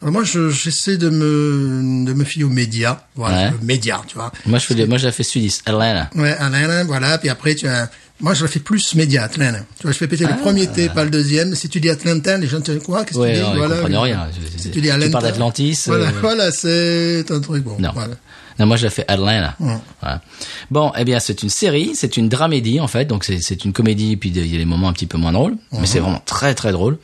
[SPEAKER 2] Alors moi, je- j'essaie de me de me fier aux médias, voilà,
[SPEAKER 1] Ouais.
[SPEAKER 2] le média, tu vois.
[SPEAKER 1] Moi, je fais des- moi, je la fais sudiste. Atlanta.
[SPEAKER 2] Ouais, Atlanta, voilà. Puis après, tu as. Moi, je le fais plus média, Atlanta. Tu vois, je fais péter le premier T, pas le deuxième. Si tu dis Atlanta, les gens te disent quoi Qu'est-ce que
[SPEAKER 1] Ah. Ouais,
[SPEAKER 2] tu dis
[SPEAKER 1] non, ils
[SPEAKER 2] Voilà,
[SPEAKER 1] comprennent
[SPEAKER 2] oui.
[SPEAKER 1] rien. Je-
[SPEAKER 2] Si
[SPEAKER 1] je-
[SPEAKER 2] tu dis
[SPEAKER 1] tu
[SPEAKER 2] Atlanta,
[SPEAKER 1] parles d'Atlantis,
[SPEAKER 2] Voilà,
[SPEAKER 1] euh,
[SPEAKER 2] voilà, c'est un truc bon.
[SPEAKER 1] Non.
[SPEAKER 2] Voilà.
[SPEAKER 1] Non, moi je la fais Atlanta.
[SPEAKER 2] Ouais.
[SPEAKER 1] Voilà. Bon, eh bien c'est une série, c'est une dramédie en fait, donc c'est c'est une comédie, puis il y a des moments un petit peu moins drôles, mais c'est vraiment très très drôle,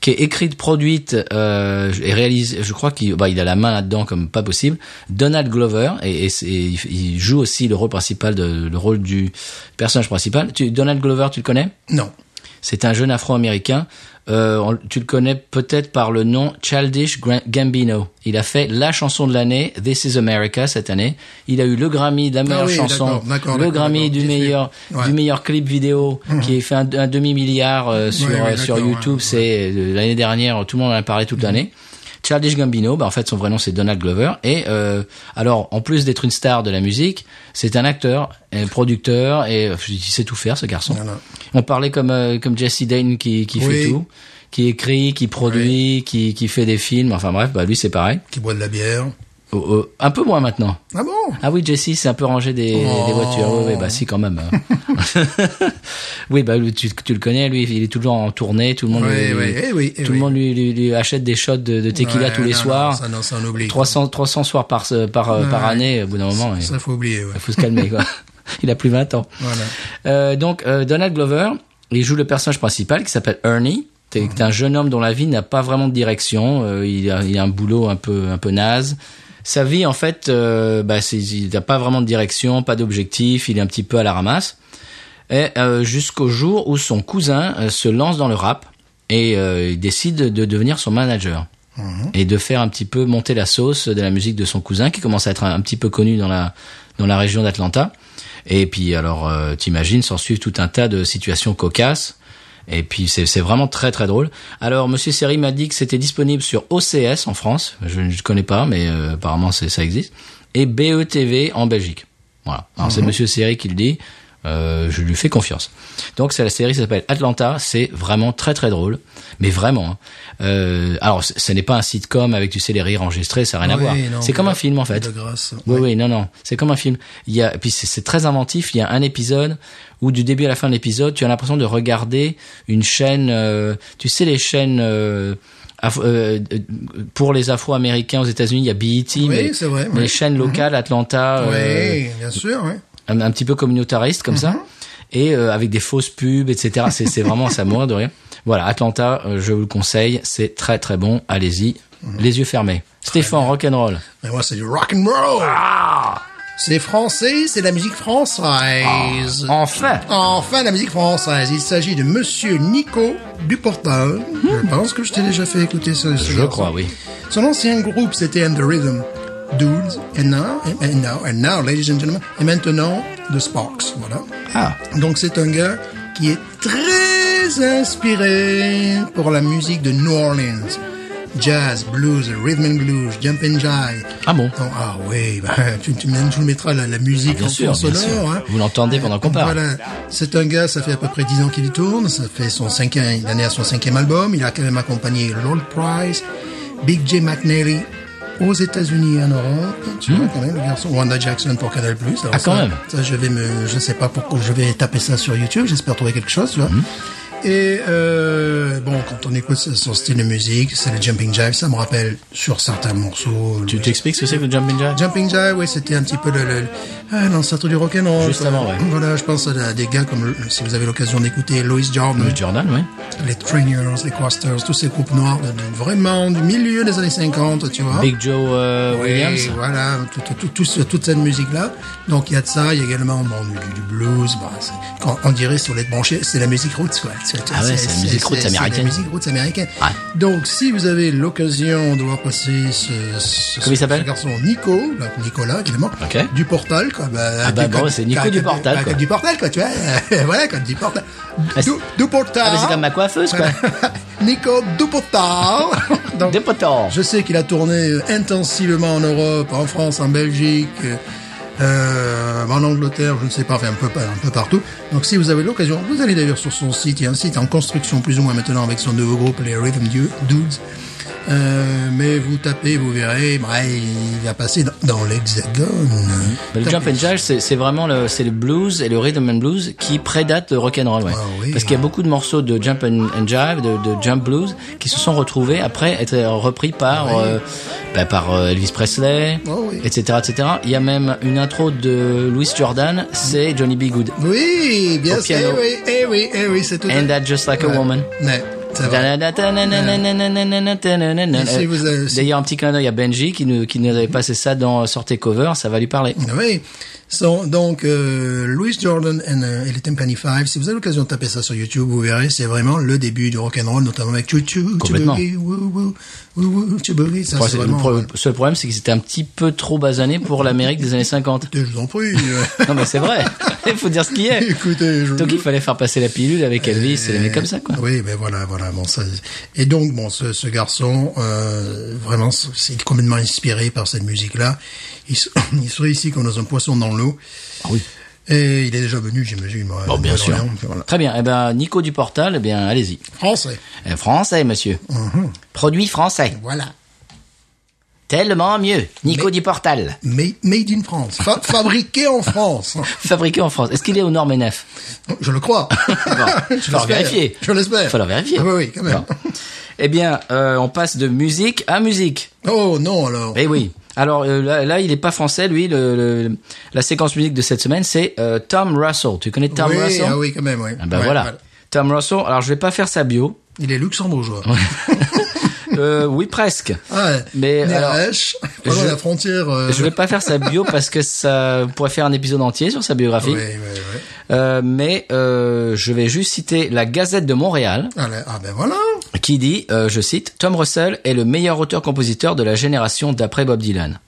[SPEAKER 1] qui est écrite, produite euh, et réalisée, je crois qu'il bah, il a la main là-dedans comme pas possible, Donald Glover, et, et, c'est- et il- il joue aussi le rôle principal, de, le rôle du personnage principal. Tu, Donald Glover, tu le connais
[SPEAKER 2] Non.
[SPEAKER 1] c'est un jeune Afro-américain. Euh, on- tu le connais peut-être par le nom Childish Gra- Gambino. Il a fait la chanson de l'année This Is America cette année. Il a eu le Grammy de la meilleure
[SPEAKER 2] Ah oui,
[SPEAKER 1] chanson,
[SPEAKER 2] d'accord, d'accord,
[SPEAKER 1] le
[SPEAKER 2] d'accord,
[SPEAKER 1] Grammy
[SPEAKER 2] d'accord,
[SPEAKER 1] du
[SPEAKER 2] j'ai fait.
[SPEAKER 1] meilleur
[SPEAKER 2] Ouais. Mhm.
[SPEAKER 1] du meilleur clip vidéo qui est fait un, un demi milliard sur
[SPEAKER 2] Ouais, ouais,
[SPEAKER 1] euh, sur
[SPEAKER 2] d'accord,
[SPEAKER 1] YouTube.
[SPEAKER 2] ouais, Mhm.
[SPEAKER 1] C'est euh, l'année dernière, tout le monde en a parlé toute l'année. Childish Gambino, bah en fait son vrai nom c'est Donald Glover et euh, alors en plus d'être une star de la musique, c'est un acteur, un producteur et euh, il sait tout faire ce garçon.
[SPEAKER 2] Voilà.
[SPEAKER 1] On parlait comme euh, comme Jesse Dane qui qui fait
[SPEAKER 2] Oui.
[SPEAKER 1] tout, qui écrit, qui produit, qui qui fait des films. Enfin bref, bah lui c'est pareil.
[SPEAKER 2] Qui boit de la bière.
[SPEAKER 1] Oh, oh, un peu moins maintenant.
[SPEAKER 2] Ah bon
[SPEAKER 1] Ah oui, Jesse c'est un peu rangé des,
[SPEAKER 2] Oh.
[SPEAKER 1] des voitures. Oui, oui, bah si quand même. hein. oui, bah lui, tu tu le connais, lui il est toujours en tournée, tout le monde.
[SPEAKER 2] Ouais,
[SPEAKER 1] lui-
[SPEAKER 2] ouais, eh oui, eh
[SPEAKER 1] tout
[SPEAKER 2] oui.
[SPEAKER 1] le monde lui, lui, lui achète des shots de, de tequila
[SPEAKER 2] Ouais,
[SPEAKER 1] tous les
[SPEAKER 2] non, non,
[SPEAKER 1] soirs.
[SPEAKER 2] ça, non, ça, on oublie.
[SPEAKER 1] 300 300 soirs par se- par euh, par
[SPEAKER 2] Ouais.
[SPEAKER 1] année. Au bout d'un moment, il
[SPEAKER 2] Ça, faut oublier, ouais.
[SPEAKER 1] faut se calmer quoi. Il a plus 20 ans.
[SPEAKER 2] Voilà.
[SPEAKER 1] Euh, donc euh, Donald Glover, il joue le personnage principal qui s'appelle Ernie. C'est un jeune homme dont la vie n'a pas vraiment de direction. Euh, il, a, il a un boulot un peu un peu naze. Sa vie en fait, euh, bah, c'est- il n'a pas vraiment de direction, pas d'objectif. Il est un petit peu à la ramasse. Et euh, jusqu'au jour où son cousin euh, se lance dans le rap et euh, il décide de devenir son manager et de faire un petit peu monter la sauce de la musique de son cousin qui commence à être un, un petit peu connu dans la dans la région d'Atlanta. Et puis alors euh, t'imagines s'en suivent tout un tas de situations cocasses. Et puis c'est c'est vraiment très très drôle. Alors Monsieur Seri m'a dit que c'était disponible sur OCS en France. Je ne connais pas, mais euh, apparemment c'est- ça existe. Et BETV en Belgique. Voilà. Alors c'est Monsieur Seri qui le dit. Euh, je lui fais confiance. Donc c'est la série qui s'appelle Atlanta. C'est vraiment très très drôle, mais vraiment. hein. Euh, alors c- ce n'est pas un sitcom avec tu sais les rires enregistrés, ça n'a rien
[SPEAKER 2] Ouais,
[SPEAKER 1] à voir.
[SPEAKER 2] non,
[SPEAKER 1] C'est comme
[SPEAKER 2] de-
[SPEAKER 1] un film en fait.
[SPEAKER 2] De grâce.
[SPEAKER 1] Oui, oui, non, non. C'est comme un film. Il y a, et puis c'est c'est très inventif. Il y a un épisode où du début à la fin de l'épisode, tu as l'impression de regarder une chaîne. euh, tu sais les chaînes. euh, Af- euh, euh, pour les Afro-Américains aux États-Unis, il y a BET, mais,
[SPEAKER 2] c'est vrai,
[SPEAKER 1] mais
[SPEAKER 2] oui. Mhm.
[SPEAKER 1] les chaînes locales, Atlanta, euh,
[SPEAKER 2] Oui, Mhm. bien sûr, oui.
[SPEAKER 1] un, un petit peu communautariste comme ça, et euh, avec des fausses pubs, etc. C'est c'est vraiment ça mourir de rien. Voilà, Atlanta, euh, je vous le conseille, c'est très très bon. Allez-y,
[SPEAKER 2] Mhm.
[SPEAKER 1] les yeux fermés. Stéphane, rock'n'roll.
[SPEAKER 2] Mais moi, c'est du rock and roll.
[SPEAKER 1] Ah.
[SPEAKER 2] c'est français, c'est de la musique française.
[SPEAKER 1] Enfin,
[SPEAKER 2] Enfin, la musique française. Il s'agit de Monsieur Nico Duportal. Je pense que je t'ai déjà fait écouter ça.
[SPEAKER 1] je crois, oui.
[SPEAKER 2] Son ancien groupe, c'était And the Rhythm Dudes. And now, and now, and now, ladies and gentlemen. Et maintenant, The Sparks. Voilà.
[SPEAKER 1] Ah.
[SPEAKER 2] Donc c'est un gars qui est très inspiré pour la musique de New Orleans. Jazz, blues, rhythm and blues, jump and jive.
[SPEAKER 1] Ah bon
[SPEAKER 2] Donc, ah oui, bah, tu, tu, me- tu me mettras la, la musique
[SPEAKER 1] Ah, bien
[SPEAKER 2] en
[SPEAKER 1] sûr,
[SPEAKER 2] fond
[SPEAKER 1] bien
[SPEAKER 2] sonore,
[SPEAKER 1] sûr.
[SPEAKER 2] hein.
[SPEAKER 1] Vous l'entendez pendant qu'on parle.
[SPEAKER 2] Voilà. C'est un gars, ça fait à peu près 10 ans qu'il y tourne, ça fait son cinquième, il en est à son cinquième album, il a quand même accompagné Lord Price, Big J McNally aux États-Unis et en Europe, tu vois quand même le garçon, Wanda Jackson pour Canal+. Plus
[SPEAKER 1] Hmm. Ah, quand même.
[SPEAKER 2] ça, je vais me, je sais pas pourquoi, je vais taper ça sur YouTube. J'espère trouver quelque chose, tu
[SPEAKER 1] Hmm.
[SPEAKER 2] vois. Et euh, bon, quand on écoute ce- son style de musique, c'est le jumping jive. Ça me rappelle sur certains morceaux.
[SPEAKER 1] Tu
[SPEAKER 2] le-
[SPEAKER 1] t'expliques ce que c'est que le jumping jack
[SPEAKER 2] Jumping Jive, oui, c'était un petit peu le, le- ah, l'ancêtre du rock'n'roll. Euh,
[SPEAKER 1] Juste avant, ouais.
[SPEAKER 2] Voilà, je pense à des gars comme, le- si vous avez l'occasion d'écouter Louis Jordan,
[SPEAKER 1] Le Jordan, oui.
[SPEAKER 2] les Trainers, les Quasters, tous ces groupes noirs de, de- vraiment du milieu des années 50, tu vois.
[SPEAKER 1] Big Joe euh,
[SPEAKER 2] Hein Oui,
[SPEAKER 1] Williams.
[SPEAKER 2] voilà, tout, tout, tout ce- toute cette musique-là. Donc il y a de ça, il y a également bon, du, du- du blues, bah, c'est- quand on dirait sur les branchés, c'est la musique roots, quoi. C'est
[SPEAKER 1] Ah ouais, c'est la musique roots
[SPEAKER 2] C'est la
[SPEAKER 1] américaine.
[SPEAKER 2] musique roots américaine.
[SPEAKER 1] Ouais.
[SPEAKER 2] Donc, si vous avez l'occasion de voir passer ce, ce,
[SPEAKER 1] Comment il
[SPEAKER 2] ce
[SPEAKER 1] s'appelle
[SPEAKER 2] garçon Nico, là, Nicolas, évidemment,
[SPEAKER 1] Ok.
[SPEAKER 2] du Portal, quoi. Bah,
[SPEAKER 1] Ah bah
[SPEAKER 2] du-
[SPEAKER 1] bon,
[SPEAKER 2] quand-
[SPEAKER 1] c'est Nico
[SPEAKER 2] quand-
[SPEAKER 1] du Portal,
[SPEAKER 2] bah,
[SPEAKER 1] quoi.
[SPEAKER 2] Du Portal, quoi, tu vois. voilà, quand du Portal.
[SPEAKER 1] Ah,
[SPEAKER 2] Du,
[SPEAKER 1] c'est-
[SPEAKER 2] du Portal.
[SPEAKER 1] Ah, mais c'est comme ma coiffeuse, quoi.
[SPEAKER 2] Nico du Portal. Donc,
[SPEAKER 1] Des potants.
[SPEAKER 2] je sais qu'il a tourné euh, intensivement en Europe, en France, en Belgique, euh, euh, en Angleterre, je ne sais pas, enfin un peu, par- un peu partout. Donc si vous avez l'occasion, vous allez d'ailleurs sur son site, il y a un site en construction plus ou moins maintenant avec son nouveau groupe, les Rhythm Du- Dudes. Euh, mais vous tapez, vous verrez, bah, il va passer dans, dans l'hexagone.
[SPEAKER 1] Bah, le
[SPEAKER 2] Tapez.
[SPEAKER 1] jump and jazz, c'est c'est vraiment le, c'est le blues et le rhythm and blues qui prédate le rock and roll, ouais.
[SPEAKER 2] Ah oui.
[SPEAKER 1] Parce qu'il y a beaucoup de morceaux de jump and, and jive, de, de jump blues, qui se sont retrouvés après être repris par euh, bah, par euh, Elvis Presley,
[SPEAKER 2] Ah oui.
[SPEAKER 1] etc., etc. Il y a même une intro de Louis Jordan, c'est Johnny B. Good.
[SPEAKER 2] Oui, bien
[SPEAKER 1] Au
[SPEAKER 2] sûr, eh
[SPEAKER 1] piano.
[SPEAKER 2] oui, eh oui, eh oui, c'est tout. à-
[SPEAKER 1] And that just like
[SPEAKER 2] Ouais.
[SPEAKER 1] a woman.
[SPEAKER 2] Ouais, c'est vrai. Et si vous avez- si-
[SPEAKER 1] D'ailleurs, un petit clin d'œil à Benji qui nous, qui nous avait passé ça dans Sortez Cover, ça va lui parler.
[SPEAKER 2] Ah Oui. Sont donc euh, Louis Jordan and, euh, et les Timpani Five. Si vous avez l'occasion de taper ça sur YouTube, vous verrez, c'est vraiment le début du rock and roll, notamment avec Choo Choo,
[SPEAKER 1] Complètement.
[SPEAKER 2] Choo Boogie, Woo Woo, Woo Woo, Choo Boogie. Ça,
[SPEAKER 1] Enfin,
[SPEAKER 2] c'est
[SPEAKER 1] c'est- le
[SPEAKER 2] vraiment. euh,
[SPEAKER 1] pro- seul problème, c'est que c'était un petit peu trop basané pour l'Amérique des années 50.
[SPEAKER 2] Je vous en prie. euh,
[SPEAKER 1] Non, mais c'est vrai. Il faut dire ce qu'il est.
[SPEAKER 2] Écoutez, je.
[SPEAKER 1] Donc, il fallait faire passer la pilule avec Elvis et les mecs comme ça, quoi.
[SPEAKER 2] Oui, ben voilà, voilà. Bon, ça, et donc, bon, ce, ce garçon, euh, vraiment, c'est complètement inspiré par cette musique-là. Il, se- il serait ici comme dans un poisson dans l'eau.
[SPEAKER 1] Ah oui.
[SPEAKER 2] Et il est déjà venu, j'imagine. Bon,
[SPEAKER 1] bien sûr.
[SPEAKER 2] Voilà.
[SPEAKER 1] Très bien. Eh ben, Nico du Portal, eh bien, allez-y.
[SPEAKER 2] Français.
[SPEAKER 1] Eh, Français, monsieur.
[SPEAKER 2] Mhm.
[SPEAKER 1] Produit français.
[SPEAKER 2] Voilà.
[SPEAKER 1] Tellement mieux. Nico
[SPEAKER 2] Mais-
[SPEAKER 1] du Portal.
[SPEAKER 2] Made, made in France. Fa- fabriqué en France.
[SPEAKER 1] Fabriqué en France. Est-ce qu'il est aux normes NF?
[SPEAKER 2] Je le crois.
[SPEAKER 1] Bon,
[SPEAKER 2] Je
[SPEAKER 1] faut
[SPEAKER 2] l'espère.
[SPEAKER 1] vérifier.
[SPEAKER 2] Je l'espère.
[SPEAKER 1] Faut le vérifier.
[SPEAKER 2] Ah oui, oui, quand même.
[SPEAKER 1] Bon. Eh bien, euh, on passe de musique à musique.
[SPEAKER 2] Oh non, alors.
[SPEAKER 1] Eh oui. Alors euh, là, là, il est pas français, lui. Le, le- la séquence musique de cette semaine, c'est euh, Tom Russell. Tu connais Tom
[SPEAKER 2] oui,
[SPEAKER 1] Russell
[SPEAKER 2] ah oui, quand même, oui.
[SPEAKER 1] Ah bah
[SPEAKER 2] Ouais,
[SPEAKER 1] voilà. Tom Russell. Alors je vais pas faire sa bio.
[SPEAKER 2] Il est luxembourgeois.
[SPEAKER 1] Euh, oui, presque.
[SPEAKER 2] Ah,
[SPEAKER 1] Mais
[SPEAKER 2] né à
[SPEAKER 1] alors,
[SPEAKER 2] Esch, pas loin
[SPEAKER 1] je-
[SPEAKER 2] de la frontière. euh,
[SPEAKER 1] Je vais pas faire sa bio parce que ça pourrait faire un épisode entier sur sa biographie.
[SPEAKER 2] Ah Oui, oui, oui.
[SPEAKER 1] Euh, mais euh, je vais juste citer la Gazette de Montréal.
[SPEAKER 2] Ah, là- ah ben voilà.
[SPEAKER 1] qui dit, euh, je cite, Tom Russell est le meilleur auteur-compositeur de la génération d'après Bob Dylan.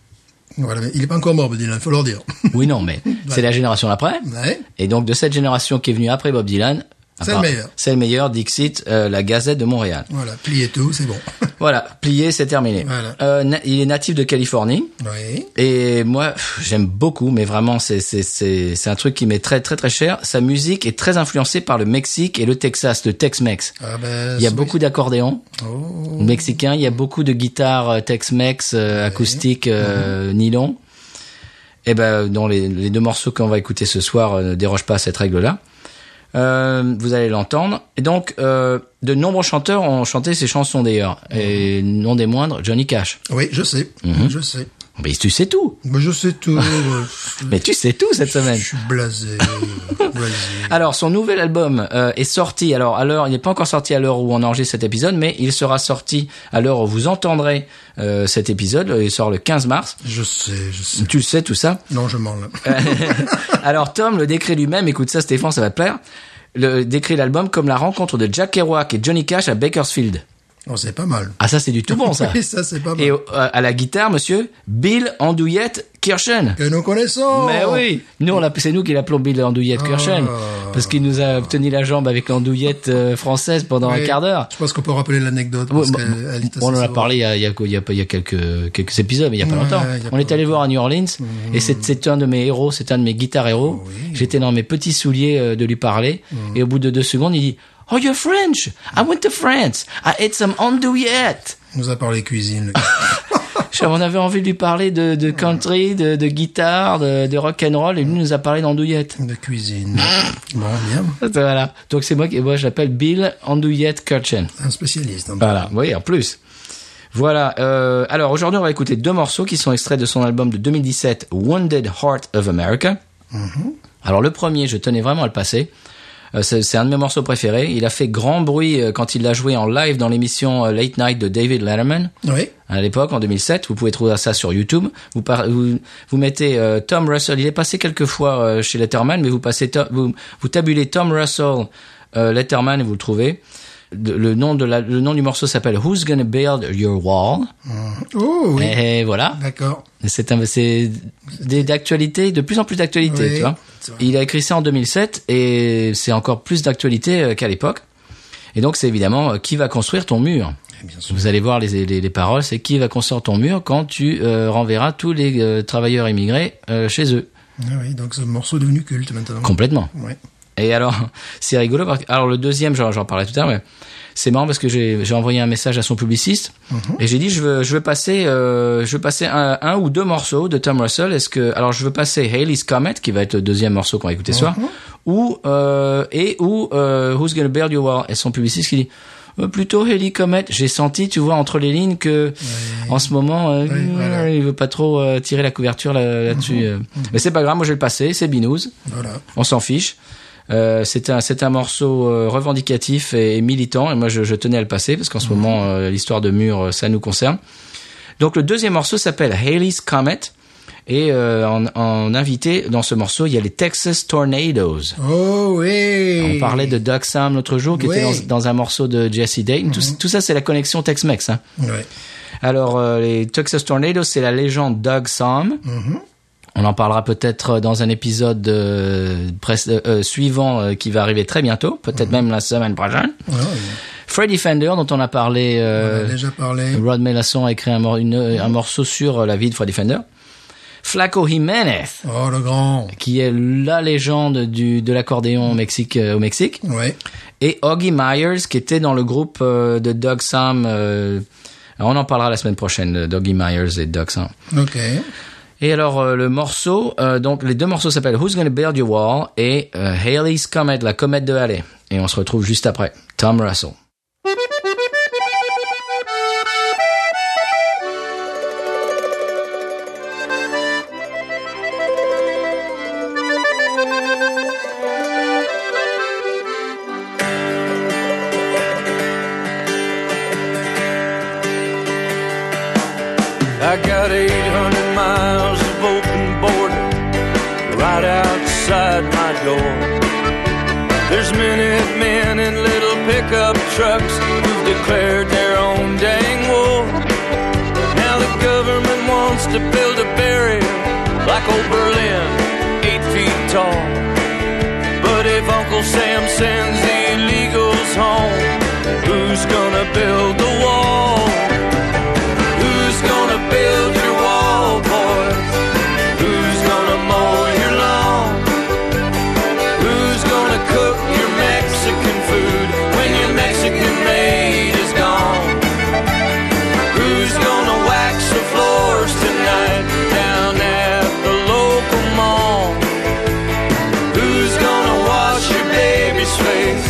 [SPEAKER 2] Voilà, mais il est pas encore mort, Dylan, faut leur dire.
[SPEAKER 1] Oui, non, mais c'est la génération d'après.
[SPEAKER 2] Ouais.
[SPEAKER 1] Et donc de cette génération qui est venue après Bob Dylan,
[SPEAKER 2] C'est
[SPEAKER 1] enfin,
[SPEAKER 2] le meilleur.
[SPEAKER 1] C'est le meilleur, Dixit, euh, la Gazette de Montréal.
[SPEAKER 2] Voilà, pliez tout, c'est bon.
[SPEAKER 1] Voilà, plié, c'est terminé.
[SPEAKER 2] Voilà.
[SPEAKER 1] Euh, na- il est natif de Californie.
[SPEAKER 2] oui.
[SPEAKER 1] Et moi, pff, j'aime beaucoup, mais vraiment, c'est c'est c'est c'est un truc qui m'est très très très cher. Sa musique est très influencée par le Mexique et le Texas, le Tex-Mex.
[SPEAKER 2] Ah ben,
[SPEAKER 1] Il y a
[SPEAKER 2] c'est-
[SPEAKER 1] beaucoup d'accordéons.
[SPEAKER 2] Oh.
[SPEAKER 1] Mm-hmm. mexicain. Il y a beaucoup de guitares euh, Tex-Mex, euh, acoustiques, euh, nylon. Et ben dans les, les deux morceaux qu'on va écouter ce soir euh, ne dérogent pas à cette règle-là. Euh, vous allez l'entendre. Et donc, euh, de nombreux chanteurs ont chanté ces chansons d'ailleurs, et non des moindres, Johnny Cash.
[SPEAKER 2] Oui, je sais.
[SPEAKER 1] Mhm.
[SPEAKER 2] Je sais.
[SPEAKER 1] Mais tu sais tout.
[SPEAKER 2] Mais je sais tout. euh,
[SPEAKER 1] Mais tu sais tout cette semaine.
[SPEAKER 2] Je suis blasé. euh, blasé.
[SPEAKER 1] Alors, son nouvel album euh, est sorti. Alors, à l'heure, il n'est pas encore sorti à l'heure où on enregistre cet épisode, mais il sera sorti à l'heure où vous entendrez euh, cet épisode. Il sort le 15 mars.
[SPEAKER 2] Je sais, je sais.
[SPEAKER 1] Tu le sais tout ça.
[SPEAKER 2] Non, je mens là.
[SPEAKER 1] Alors Tom le décrit lui-même, écoute ça Stéphane, ça va te plaire, le, décrit l'album comme la rencontre de Jack Kerouac et Johnny Cash à Bakersfield.
[SPEAKER 2] Oh, c'est pas mal.
[SPEAKER 1] Ah ça c'est du tout bon ça.
[SPEAKER 2] Oui, ça, c'est pas mal.
[SPEAKER 1] Et euh, à la guitare monsieur, Bill Andouillette Kirchen.
[SPEAKER 2] Que nous connaissons
[SPEAKER 1] Oh. Mais oui, nous on l'a- c'est nous qui l'appelons Bill Andouillette Kirchen
[SPEAKER 2] Ah.
[SPEAKER 1] parce qu'il nous a tenu la jambe avec l'andouillette euh, française pendant
[SPEAKER 2] Oui.
[SPEAKER 1] un quart d'heure.
[SPEAKER 2] Je pense qu'on peut rappeler l'anecdote. parce
[SPEAKER 1] Ouais, bah,
[SPEAKER 2] qu'elle- elle est assez
[SPEAKER 1] on en a
[SPEAKER 2] savante.
[SPEAKER 1] parlé il y a, il y a quoi, il y a pas- il y a quelques, quelques épisodes, mais il y a pas
[SPEAKER 2] Ouais,
[SPEAKER 1] longtemps.
[SPEAKER 2] il y a
[SPEAKER 1] on
[SPEAKER 2] pas Mhm.
[SPEAKER 1] est allé voir à New Orleans et c'est c'est un de mes héros, c'est un de mes guitares héros. J'étais dans mes petits souliers euh, de lui parler
[SPEAKER 2] Mhm.
[SPEAKER 1] et au bout de deux secondes, il dit Oh, you're French! I went to France! I ate some andouillette!
[SPEAKER 2] On nous a parlé cuisine. le gars.
[SPEAKER 1] Je- on avait envie de lui parler de, de country, de, de guitare, de, de rock and roll et lui nous a parlé d'andouillette.
[SPEAKER 2] de cuisine. bon, bien.
[SPEAKER 1] Voilà. Donc c'est moi qui, moi je l'appelle Bill Andouillette Kirchen.
[SPEAKER 2] Un spécialiste. hein.
[SPEAKER 1] Voilà, oui, en plus. Voilà, euh, alors aujourd'hui on va écouter deux morceaux qui sont extraits de son album de 2017, Wounded Heart of America. Alors le premier, je tenais vraiment à le passer. Euh, c'est c'est un de mes morceaux préférés. Il a fait grand bruit euh, quand il l'a joué en live dans l'émission euh, Late Night de David Letterman.
[SPEAKER 2] Oui.
[SPEAKER 1] À l'époque, en 2007, vous pouvez trouver ça sur YouTube. Vous, par- vous, vous mettez euh, Tom Russell. Il est passé quelques fois euh, chez Letterman, mais vous passez, To- vous, vous tabulez Tom Russell euh, Letterman et vous le trouvez. De- Le nom, de la- le nom du morceau s'appelle Who's Gonna Build Your Wall
[SPEAKER 2] Oh oui.
[SPEAKER 1] Et voilà.
[SPEAKER 2] D'accord.
[SPEAKER 1] C'est un, c'est des- d'actualité, de plus en plus d'actualité,
[SPEAKER 2] Oui,
[SPEAKER 1] tu vois.
[SPEAKER 2] c'est vrai.
[SPEAKER 1] Il a écrit ça en 2007 et c'est encore plus d'actualité euh, qu'à l'époque. Et donc c'est évidemment euh, qui va construire ton mur.
[SPEAKER 2] Eh bien sûr.
[SPEAKER 1] Vous allez voir les, les, les paroles, c'est qui va construire ton mur quand tu euh, renverras tous les euh, travailleurs immigrés euh, chez eux.
[SPEAKER 2] Ah oui, donc ce morceau est devenu culte maintenant.
[SPEAKER 1] Complètement.
[SPEAKER 2] Ouais.
[SPEAKER 1] Et alors, c'est rigolo. parce que- Alors le deuxième, j'en j'en parlais tout à l'heure, mais c'est marrant parce que j'ai j'ai envoyé un message à son publiciste et j'ai dit je veux je veux passer euh, je veux passer un, un ou deux morceaux de Tom Russell. Est-ce que alors je veux passer Haley's Comet qui va être le deuxième morceau qu'on va écouter ce soir ou euh, et ou euh, Who's Gonna Build Your Wall et son publiciste qui dit euh, plutôt Haley Comet. J'ai senti tu vois entre les lignes que en ce moment euh,
[SPEAKER 2] Ouais, voilà.
[SPEAKER 1] il veut pas trop euh, tirer la couverture là- là-dessus. euh. Mais c'est pas grave, moi je vais le passer. C'est binous.
[SPEAKER 2] Voilà.
[SPEAKER 1] On s'en fiche. Euh, c'est un c'est un morceau euh, revendicatif et, et militant et moi je, je tenais à le passer parce qu'en ce moment euh, l'histoire de mur euh, ça nous concerne. Donc le deuxième morceau s'appelle Haley's Comet et euh, en, en invité dans ce morceau il y a les Texas Tornadoes.
[SPEAKER 2] Oh oui.
[SPEAKER 1] On parlait de Doug Sam l'autre jour qui
[SPEAKER 2] Ouais.
[SPEAKER 1] était dans, dans un morceau de Jesse Dayton. Tout, tout ça c'est la connexion Tex-Mex. hein.
[SPEAKER 2] Ouais.
[SPEAKER 1] Alors euh, les Texas Tornadoes c'est la légende Doug Sam.
[SPEAKER 2] Mhm.
[SPEAKER 1] On en parlera peut-être dans un épisode euh, pres- euh, euh, suivant euh, qui va arriver très bientôt, peut-être même la semaine prochaine.
[SPEAKER 2] Ouais, ouais.
[SPEAKER 1] Freddy Fender, dont on a parlé,
[SPEAKER 2] Ah On en
[SPEAKER 1] euh,
[SPEAKER 2] a déjà parlé.
[SPEAKER 1] Rod Melasson a écrit un, mor- une- euh, un morceau sur euh, la vie de Freddy Fender. Flaco Jiménez,
[SPEAKER 2] Oh le grand.
[SPEAKER 1] qui est la légende du, de l'accordéon au Mexique, euh, au Mexique.
[SPEAKER 2] Ouais.
[SPEAKER 1] Et Oggy Myers, qui était dans le groupe euh, de Doug Sam. euh, on en parlera la semaine prochaine, Doggy Myers et Doug Sam.
[SPEAKER 2] Ok.
[SPEAKER 1] Et alors euh, le morceau, euh, donc les deux morceaux s'appellent Who's Gonna Build Your Wall et euh, Haley's Comet, la comète de Halley. Et on se retrouve juste après. Tom Russell.
[SPEAKER 3] I got 800 miles of open border right outside my door. There's minute men in little pickup trucks who've declared their own dang war. Now the government wants to build a barrier like old Berlin, eight feet tall. But if Uncle Sam sends the illegals home, who's gonna build the wall? Who's gonna build your wall, boys? Who's gonna mow your lawn? Who's gonna cook your Mexican food when your Mexican maid is gone? Who's gonna wax the floors tonight down at the local mall? Who's gonna wash your baby's face?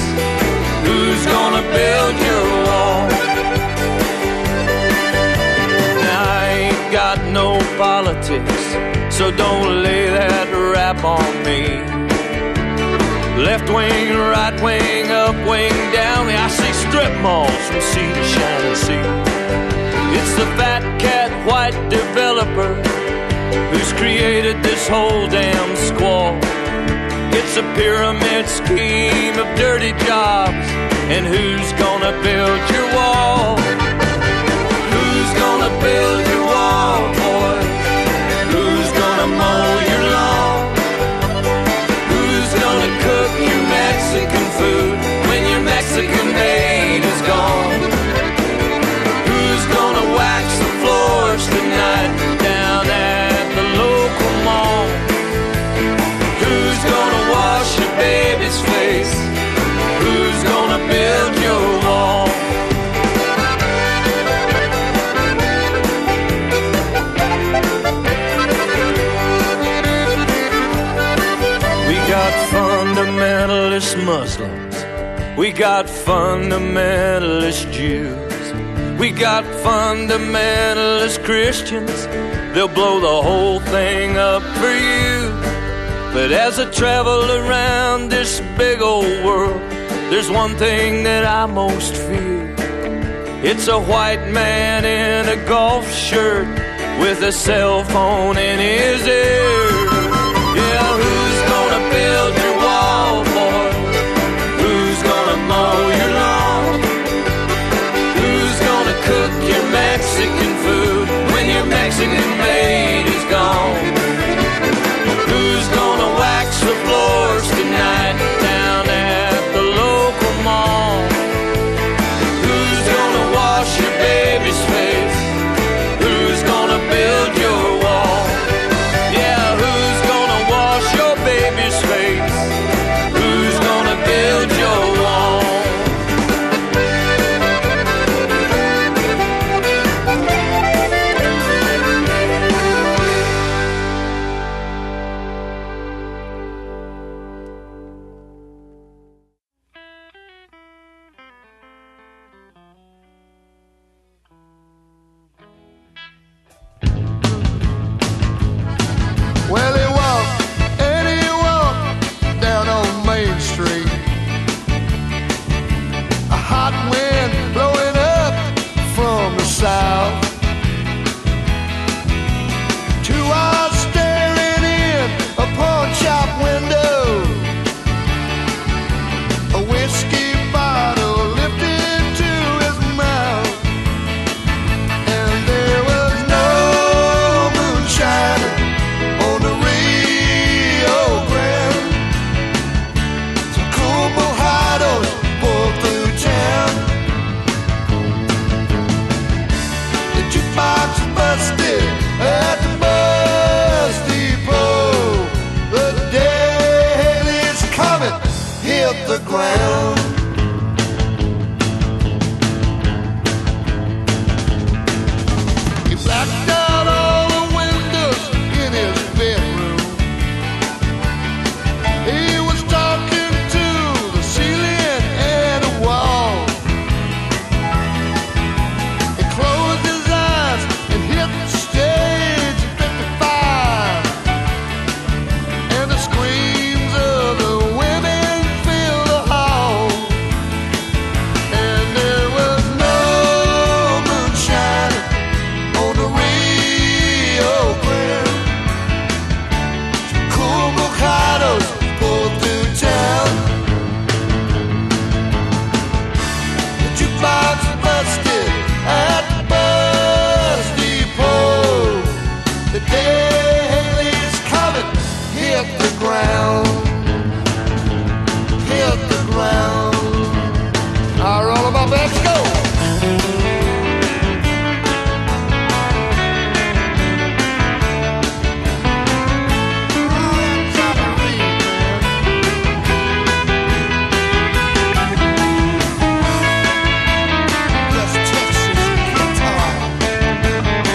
[SPEAKER 3] Who's gonna build your wall? Now, I ain't got no politics, so don't lay that rap on me. Left wing, right wing, up wing, down wing. I see strip malls from sea to shining sea. It's the fat cat white developer who's created this whole damn squall. It's a pyramid scheme of dirty jobs, and who's gonna build your wall? Who's gonna build your wall, boy? Who's gonna mow your lawn? Who's gonna cook your Mexican food when your Mexican maid is gone? Who's gonna wax the floors tonight down at the local mall? Who's gonna wash your baby's face? Who's gonna build your wall? We got fundamentalist Muslims. We got fundamentalist Jews. We got fundamentalist Christians. They'll blow the whole thing up for you. But as I travel around this big old world, there's one thing that I most fear. It's a white man in a golf shirt with a cell phone in his ear. Yeah, who's gonna build your wall, boy? Who's gonna well.
[SPEAKER 4] He blacked out all the windows in his bedroom. He was talking to the ceiling and the wall. He closed his eyes and hit the stage at 55. And the screams of the women filled the hall. And there was no moonshine on the Rio Grande. Cool bocados pulled through town. The jukebox busted at the bus depot. The Daly's coming, hit the ground, hit the ground. I roll my back, go. Just Texas guitar.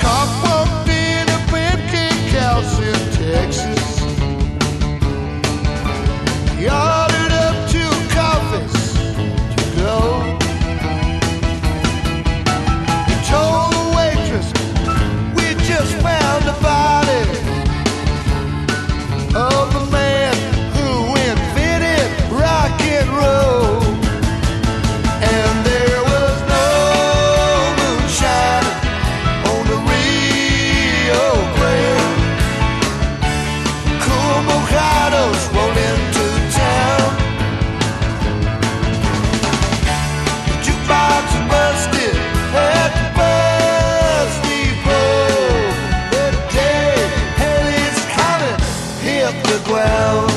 [SPEAKER 4] Cop walked in a pancake house in Texas. He ordered up two coffees to go. He told the waitress, "We just found the body of the man who invented rock and roll." And there was no moonshine on the Rio Grande. Cool mojitos roll into town. The jukebox busted at the bus depot. The day Haley's coming hit the ground.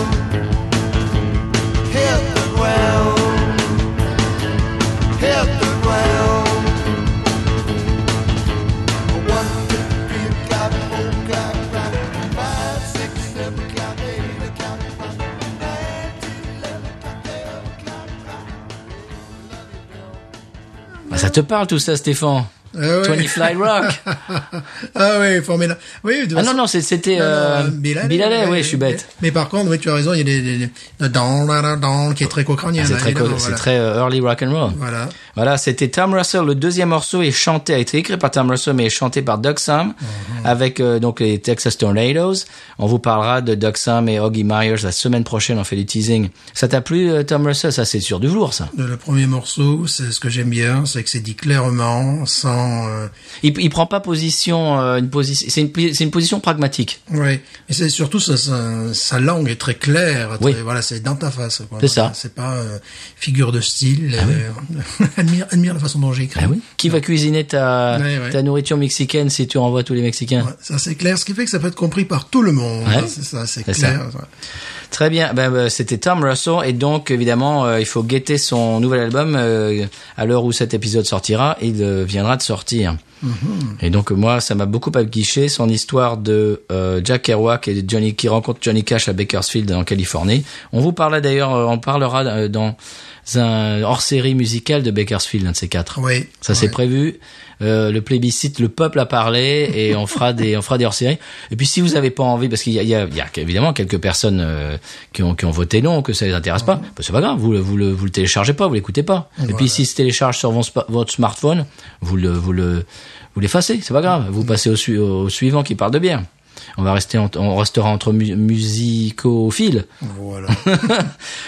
[SPEAKER 4] Hit the ground. Hit the ground. One, two, three, got four, got five, five, six, seven, got eight, got nine, nine, ten, eleven, got twelve, got
[SPEAKER 1] Bah, ça te parle tout ça, Stéphane
[SPEAKER 2] Ah ouais.
[SPEAKER 1] 20 Fly Rock
[SPEAKER 2] Ah oui, formidable. Oui, de
[SPEAKER 1] Ah
[SPEAKER 2] façon-
[SPEAKER 1] non, non, c'est- c'était
[SPEAKER 2] Non, non,
[SPEAKER 1] euh,
[SPEAKER 2] Bilalay,
[SPEAKER 1] Bilalay,
[SPEAKER 2] Bilalay,
[SPEAKER 1] oui, je suis bête.
[SPEAKER 2] Mais par contre, oui, tu as raison, il y a des, des, des- dans, dans, dans, dans, qui est très cocranien.
[SPEAKER 1] Ah, C'est
[SPEAKER 2] là,
[SPEAKER 1] très, co-
[SPEAKER 2] évidemment,
[SPEAKER 1] c'est
[SPEAKER 2] voilà.
[SPEAKER 1] très euh, early rock and roll.
[SPEAKER 2] Voilà.
[SPEAKER 1] Voilà, c'était Tom Russell. Le deuxième morceau est chanté, a été écrit par Tom Russell, mais est chanté par Doug Sam,
[SPEAKER 2] Mhm.
[SPEAKER 1] avec euh, donc les Texas Tornadoes. On vous parlera de Doug Sam et Oggy Myers la semaine prochaine. On fait du teasing. Ça t'a plu, euh, Tom Russell Ça, c'est sûr du lourd, ça.
[SPEAKER 2] Euh, Le premier morceau, c'est ce que j'aime bien, c'est que c'est dit clairement, sans. euh,
[SPEAKER 1] Il, il prend pas position. euh, une position. C'est une, pi- c'est une position pragmatique.
[SPEAKER 2] ouais. Et c'est surtout sa, sa, sa langue est très claire. très-
[SPEAKER 1] Oui.
[SPEAKER 2] Voilà, c'est dans ta face. quoi.
[SPEAKER 1] C'est ça. Ah
[SPEAKER 2] C'est pas euh, figure de style. euh, admire, admire la façon dont j'ai écrit.
[SPEAKER 1] Qui va cuisiner ta,
[SPEAKER 2] Ah Ouais, ouais.
[SPEAKER 1] ta nourriture mexicaine si tu renvoies tous les Mexicains
[SPEAKER 2] Ouais, ça c'est clair, ce qui fait que ça peut être compris par tout le monde.
[SPEAKER 1] Ouais.
[SPEAKER 2] hein, C'est ça, c'est
[SPEAKER 1] C'est ça.
[SPEAKER 2] clair. ça.
[SPEAKER 1] Très bien, ben, ben, c'était Tom Russell et donc évidemment euh, il faut guetter son nouvel album euh, à l'heure où cet épisode sortira, il euh, viendra de sortir. Et donc euh, moi ça m'a beaucoup guiché son histoire de euh, Jack Kerouac et de Johnny qui rencontre Johnny Cash à Bakersfield en Californie. On vous parlait d'ailleurs, euh, on parlera euh, dans un hors-série musical de Bakersfield, l'un de ces quatre.
[SPEAKER 2] Oui.
[SPEAKER 1] Ça c'est prévu. Euh, le plébiscite, le peuple a parlé et on fera des, on fera des hors-séries. Et puis si vous n'avez pas envie, parce qu'il y a, il y, a, il y a évidemment quelques personnes euh, qui ont qui ont voté non, que ça les intéresse pas, bah, c'est pas grave. Vous le vous le vous le téléchargez pas, vous l'écoutez pas. Et puis si se télécharge sur vos spa- votre smartphone, vous le vous le vous l'effacez, c'est pas grave. Vous passez au, su- au suivant qui parle de bière. On va rester, en- on restera entre mu- musicophiles.
[SPEAKER 2] Voilà.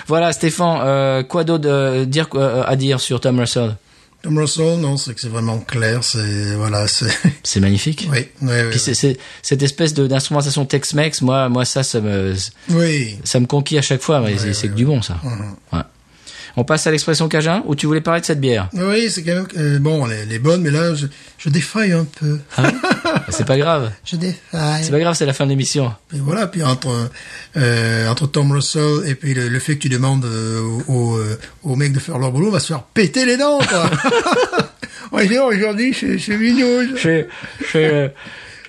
[SPEAKER 1] voilà, Stéphane, euh, quoi d'autre euh, dire quoi- euh, à dire sur Tom Russell
[SPEAKER 2] Tom Russell, non, c'est que c'est vraiment clair, c'est voilà, c'est
[SPEAKER 1] C'est magnifique.
[SPEAKER 2] oui, oui, oui,
[SPEAKER 1] Puis c'est, c'est- cette espèce de, d'instrumentation Tex-Mex, moi, moi ça, ça me,
[SPEAKER 2] oui.
[SPEAKER 1] ça me conquille à chaque fois. mais c'est, c'est que du bon, ça.
[SPEAKER 2] Mhm.
[SPEAKER 1] Ouais. On passe à l'expression Cajun, où tu voulais parler de cette bière.
[SPEAKER 2] Oui, c'est quand même euh, bon, les, les bonnes, mais là, je, je défaille un peu.
[SPEAKER 1] c'est pas grave.
[SPEAKER 2] Je défaille.
[SPEAKER 1] C'est pas grave, c'est la fin de l'émission.
[SPEAKER 2] Et voilà, puis entre euh, entre Tom Russell et puis le, le fait que tu demandes euh, aux au, mecs de faire leur boulot, on va se faire péter les dents, quoi. Oh, Ouais, j'ai- Aujourd'hui, c'est c'est mignon.
[SPEAKER 1] Chez, chez,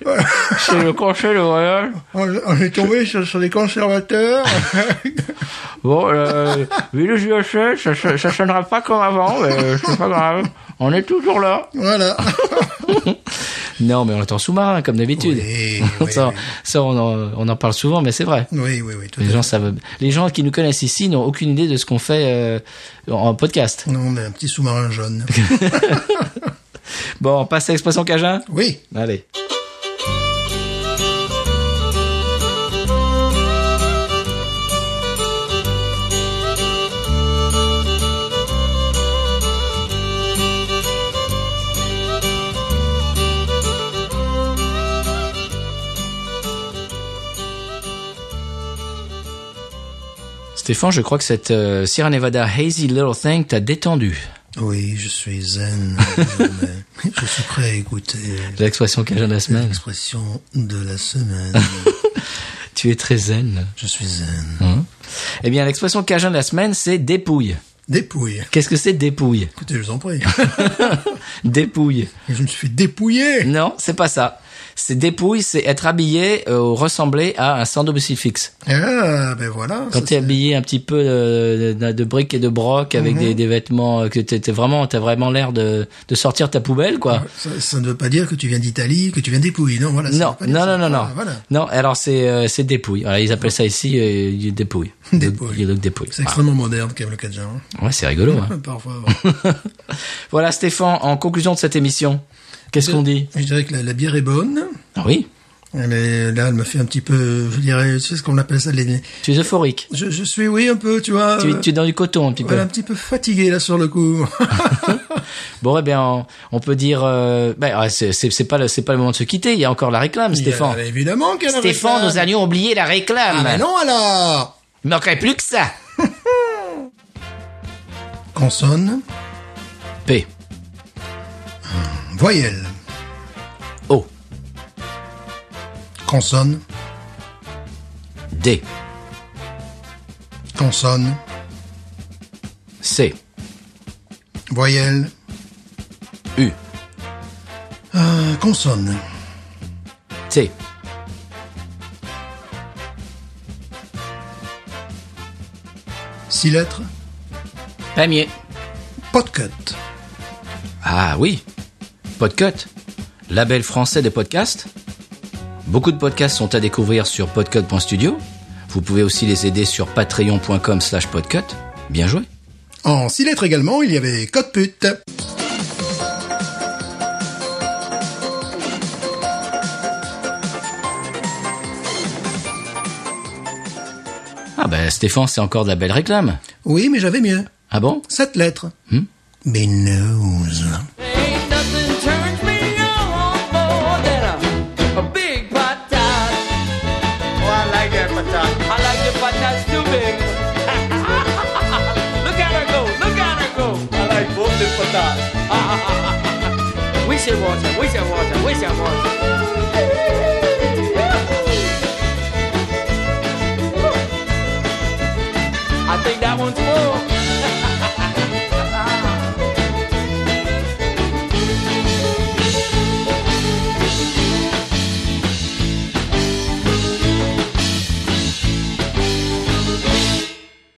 [SPEAKER 1] le- chez le conseil de voyage,
[SPEAKER 2] On, on est tombé sur, sur les conservateurs.
[SPEAKER 1] bon, euh, Village USA, ça, ça, ça sonnera pas comme avant, mais euh, c'est pas grave. On est toujours là.
[SPEAKER 2] voilà.
[SPEAKER 1] Ah, Non, mais on est en sous-marin, comme d'habitude.
[SPEAKER 2] Oui, oui,
[SPEAKER 1] ça,
[SPEAKER 2] oui.
[SPEAKER 1] ça, on, en, on en parle souvent, mais c'est vrai.
[SPEAKER 2] Oui, oui, oui. Tout
[SPEAKER 1] Les
[SPEAKER 2] à
[SPEAKER 1] gens savent. Les gens qui nous connaissent ici n'ont aucune idée de ce qu'on fait euh, en podcast.
[SPEAKER 2] fait. Non, mais un petit sous-marin jaune.
[SPEAKER 1] Bon, on passe à l'expression Cajun.
[SPEAKER 2] oui.
[SPEAKER 1] Allez. Stéphane, je crois que cette euh, Sierra Nevada Hazy Little Thing t'a détendu.
[SPEAKER 2] Oui, je suis zen. désormais. je suis prêt à écouter
[SPEAKER 1] L'expression cajun de la semaine.
[SPEAKER 2] l'expression de la semaine.
[SPEAKER 1] Tu es très zen.
[SPEAKER 2] je suis zen.
[SPEAKER 1] Hein eh bien, l'expression cajun de la semaine, c'est dépouille.
[SPEAKER 2] Dépouille.
[SPEAKER 1] Qu'est-ce que c'est dépouille
[SPEAKER 2] Écoutez, je vous en prie.
[SPEAKER 1] Dépouille.
[SPEAKER 2] je me suis fait dépouiller.
[SPEAKER 1] Non, c'est pas ça. C'est dépouille, c'est être habillé euh, ou ressembler à un sans domicile fixe.
[SPEAKER 2] Ah, ben voilà.
[SPEAKER 1] Quand
[SPEAKER 2] ça,
[SPEAKER 1] t'es
[SPEAKER 2] c'est-
[SPEAKER 1] habillé un petit peu euh, de, de briques et de broc avec
[SPEAKER 2] Mhm.
[SPEAKER 1] des, des vêtements euh, que t'es t'es vraiment, t'as vraiment l'air de, de sortir ta poubelle, quoi.
[SPEAKER 2] Ah, ça, ça ne veut pas dire que tu viens d'Italie, que tu viens d'épouiller. Non, voilà. ça
[SPEAKER 1] Non,
[SPEAKER 2] veut pas dire
[SPEAKER 1] non, non,
[SPEAKER 2] ça.
[SPEAKER 1] non, non.
[SPEAKER 2] Voilà, voilà.
[SPEAKER 1] Non, alors c'est euh, c'est dépouille. Voilà, ils appellent ça ici euh, dépouille.
[SPEAKER 2] Dépouille.
[SPEAKER 1] Le- le dépouille.
[SPEAKER 2] C'est extrêmement moderne, quand même, le Cajun.
[SPEAKER 1] Ah, ouais, c'est rigolo. hein.
[SPEAKER 2] Parfois.
[SPEAKER 1] Voilà, Stéphane, en conclusion de cette émission, qu'est-ce qu'on dit
[SPEAKER 2] Je dirais que la, la bière est bonne.
[SPEAKER 1] Ah oui,
[SPEAKER 2] Mais là, elle me fait un petit peu, je dirais, tu sais ce qu'on appelle ça, les...
[SPEAKER 1] tu es euphorique.
[SPEAKER 2] je, je suis, oui, un peu, tu vois.
[SPEAKER 1] Tu,
[SPEAKER 2] euh,
[SPEAKER 1] tu es dans du coton un petit peu.
[SPEAKER 2] voilà, un petit peu fatigué, là, sur le coup.
[SPEAKER 1] Bon, eh bien, on, on peut dire, euh, ben, ah, c'est c'est- c'est pas le c'est pas le moment de se quitter. Il y a encore la réclame, Stéphane.
[SPEAKER 2] Il y a- Évidemment qu'il y en a
[SPEAKER 1] Stéphane,
[SPEAKER 2] réclame.
[SPEAKER 1] nous allions oublier la réclame.
[SPEAKER 2] Ah, mais non, alors
[SPEAKER 1] Il manquerait plus que ça.
[SPEAKER 2] Consonne,
[SPEAKER 1] P.
[SPEAKER 2] voyelle.
[SPEAKER 1] O.
[SPEAKER 2] Consonne,
[SPEAKER 1] D.
[SPEAKER 2] consonne,
[SPEAKER 1] C.
[SPEAKER 2] voyelle,
[SPEAKER 1] U.
[SPEAKER 2] euh, consonne,
[SPEAKER 1] T.
[SPEAKER 2] six lettres,
[SPEAKER 1] Pamier.
[SPEAKER 2] podcut.
[SPEAKER 1] Ah oui. Podcut. Label français des podcasts. Beaucoup de podcasts sont à découvrir sur podcut.studio. Vous pouvez aussi les aider sur patreon.com slash podcut. Bien joué.
[SPEAKER 2] En six lettres également, il y avait code pute.
[SPEAKER 1] Ah ben Stéphane, c'est encore de la belle réclame.
[SPEAKER 2] Oui, mais j'avais mieux.
[SPEAKER 1] Ah bon
[SPEAKER 2] Sept lettres.
[SPEAKER 1] Hmm.
[SPEAKER 2] Binouze.
[SPEAKER 3] Ain't nothing turns me on more than a, a big patat. Oh, I like that patat. I like the patats too big. look at her go, look at her go. I like both the patats. we should watch her, we should watch her, we should watch her. I think that one's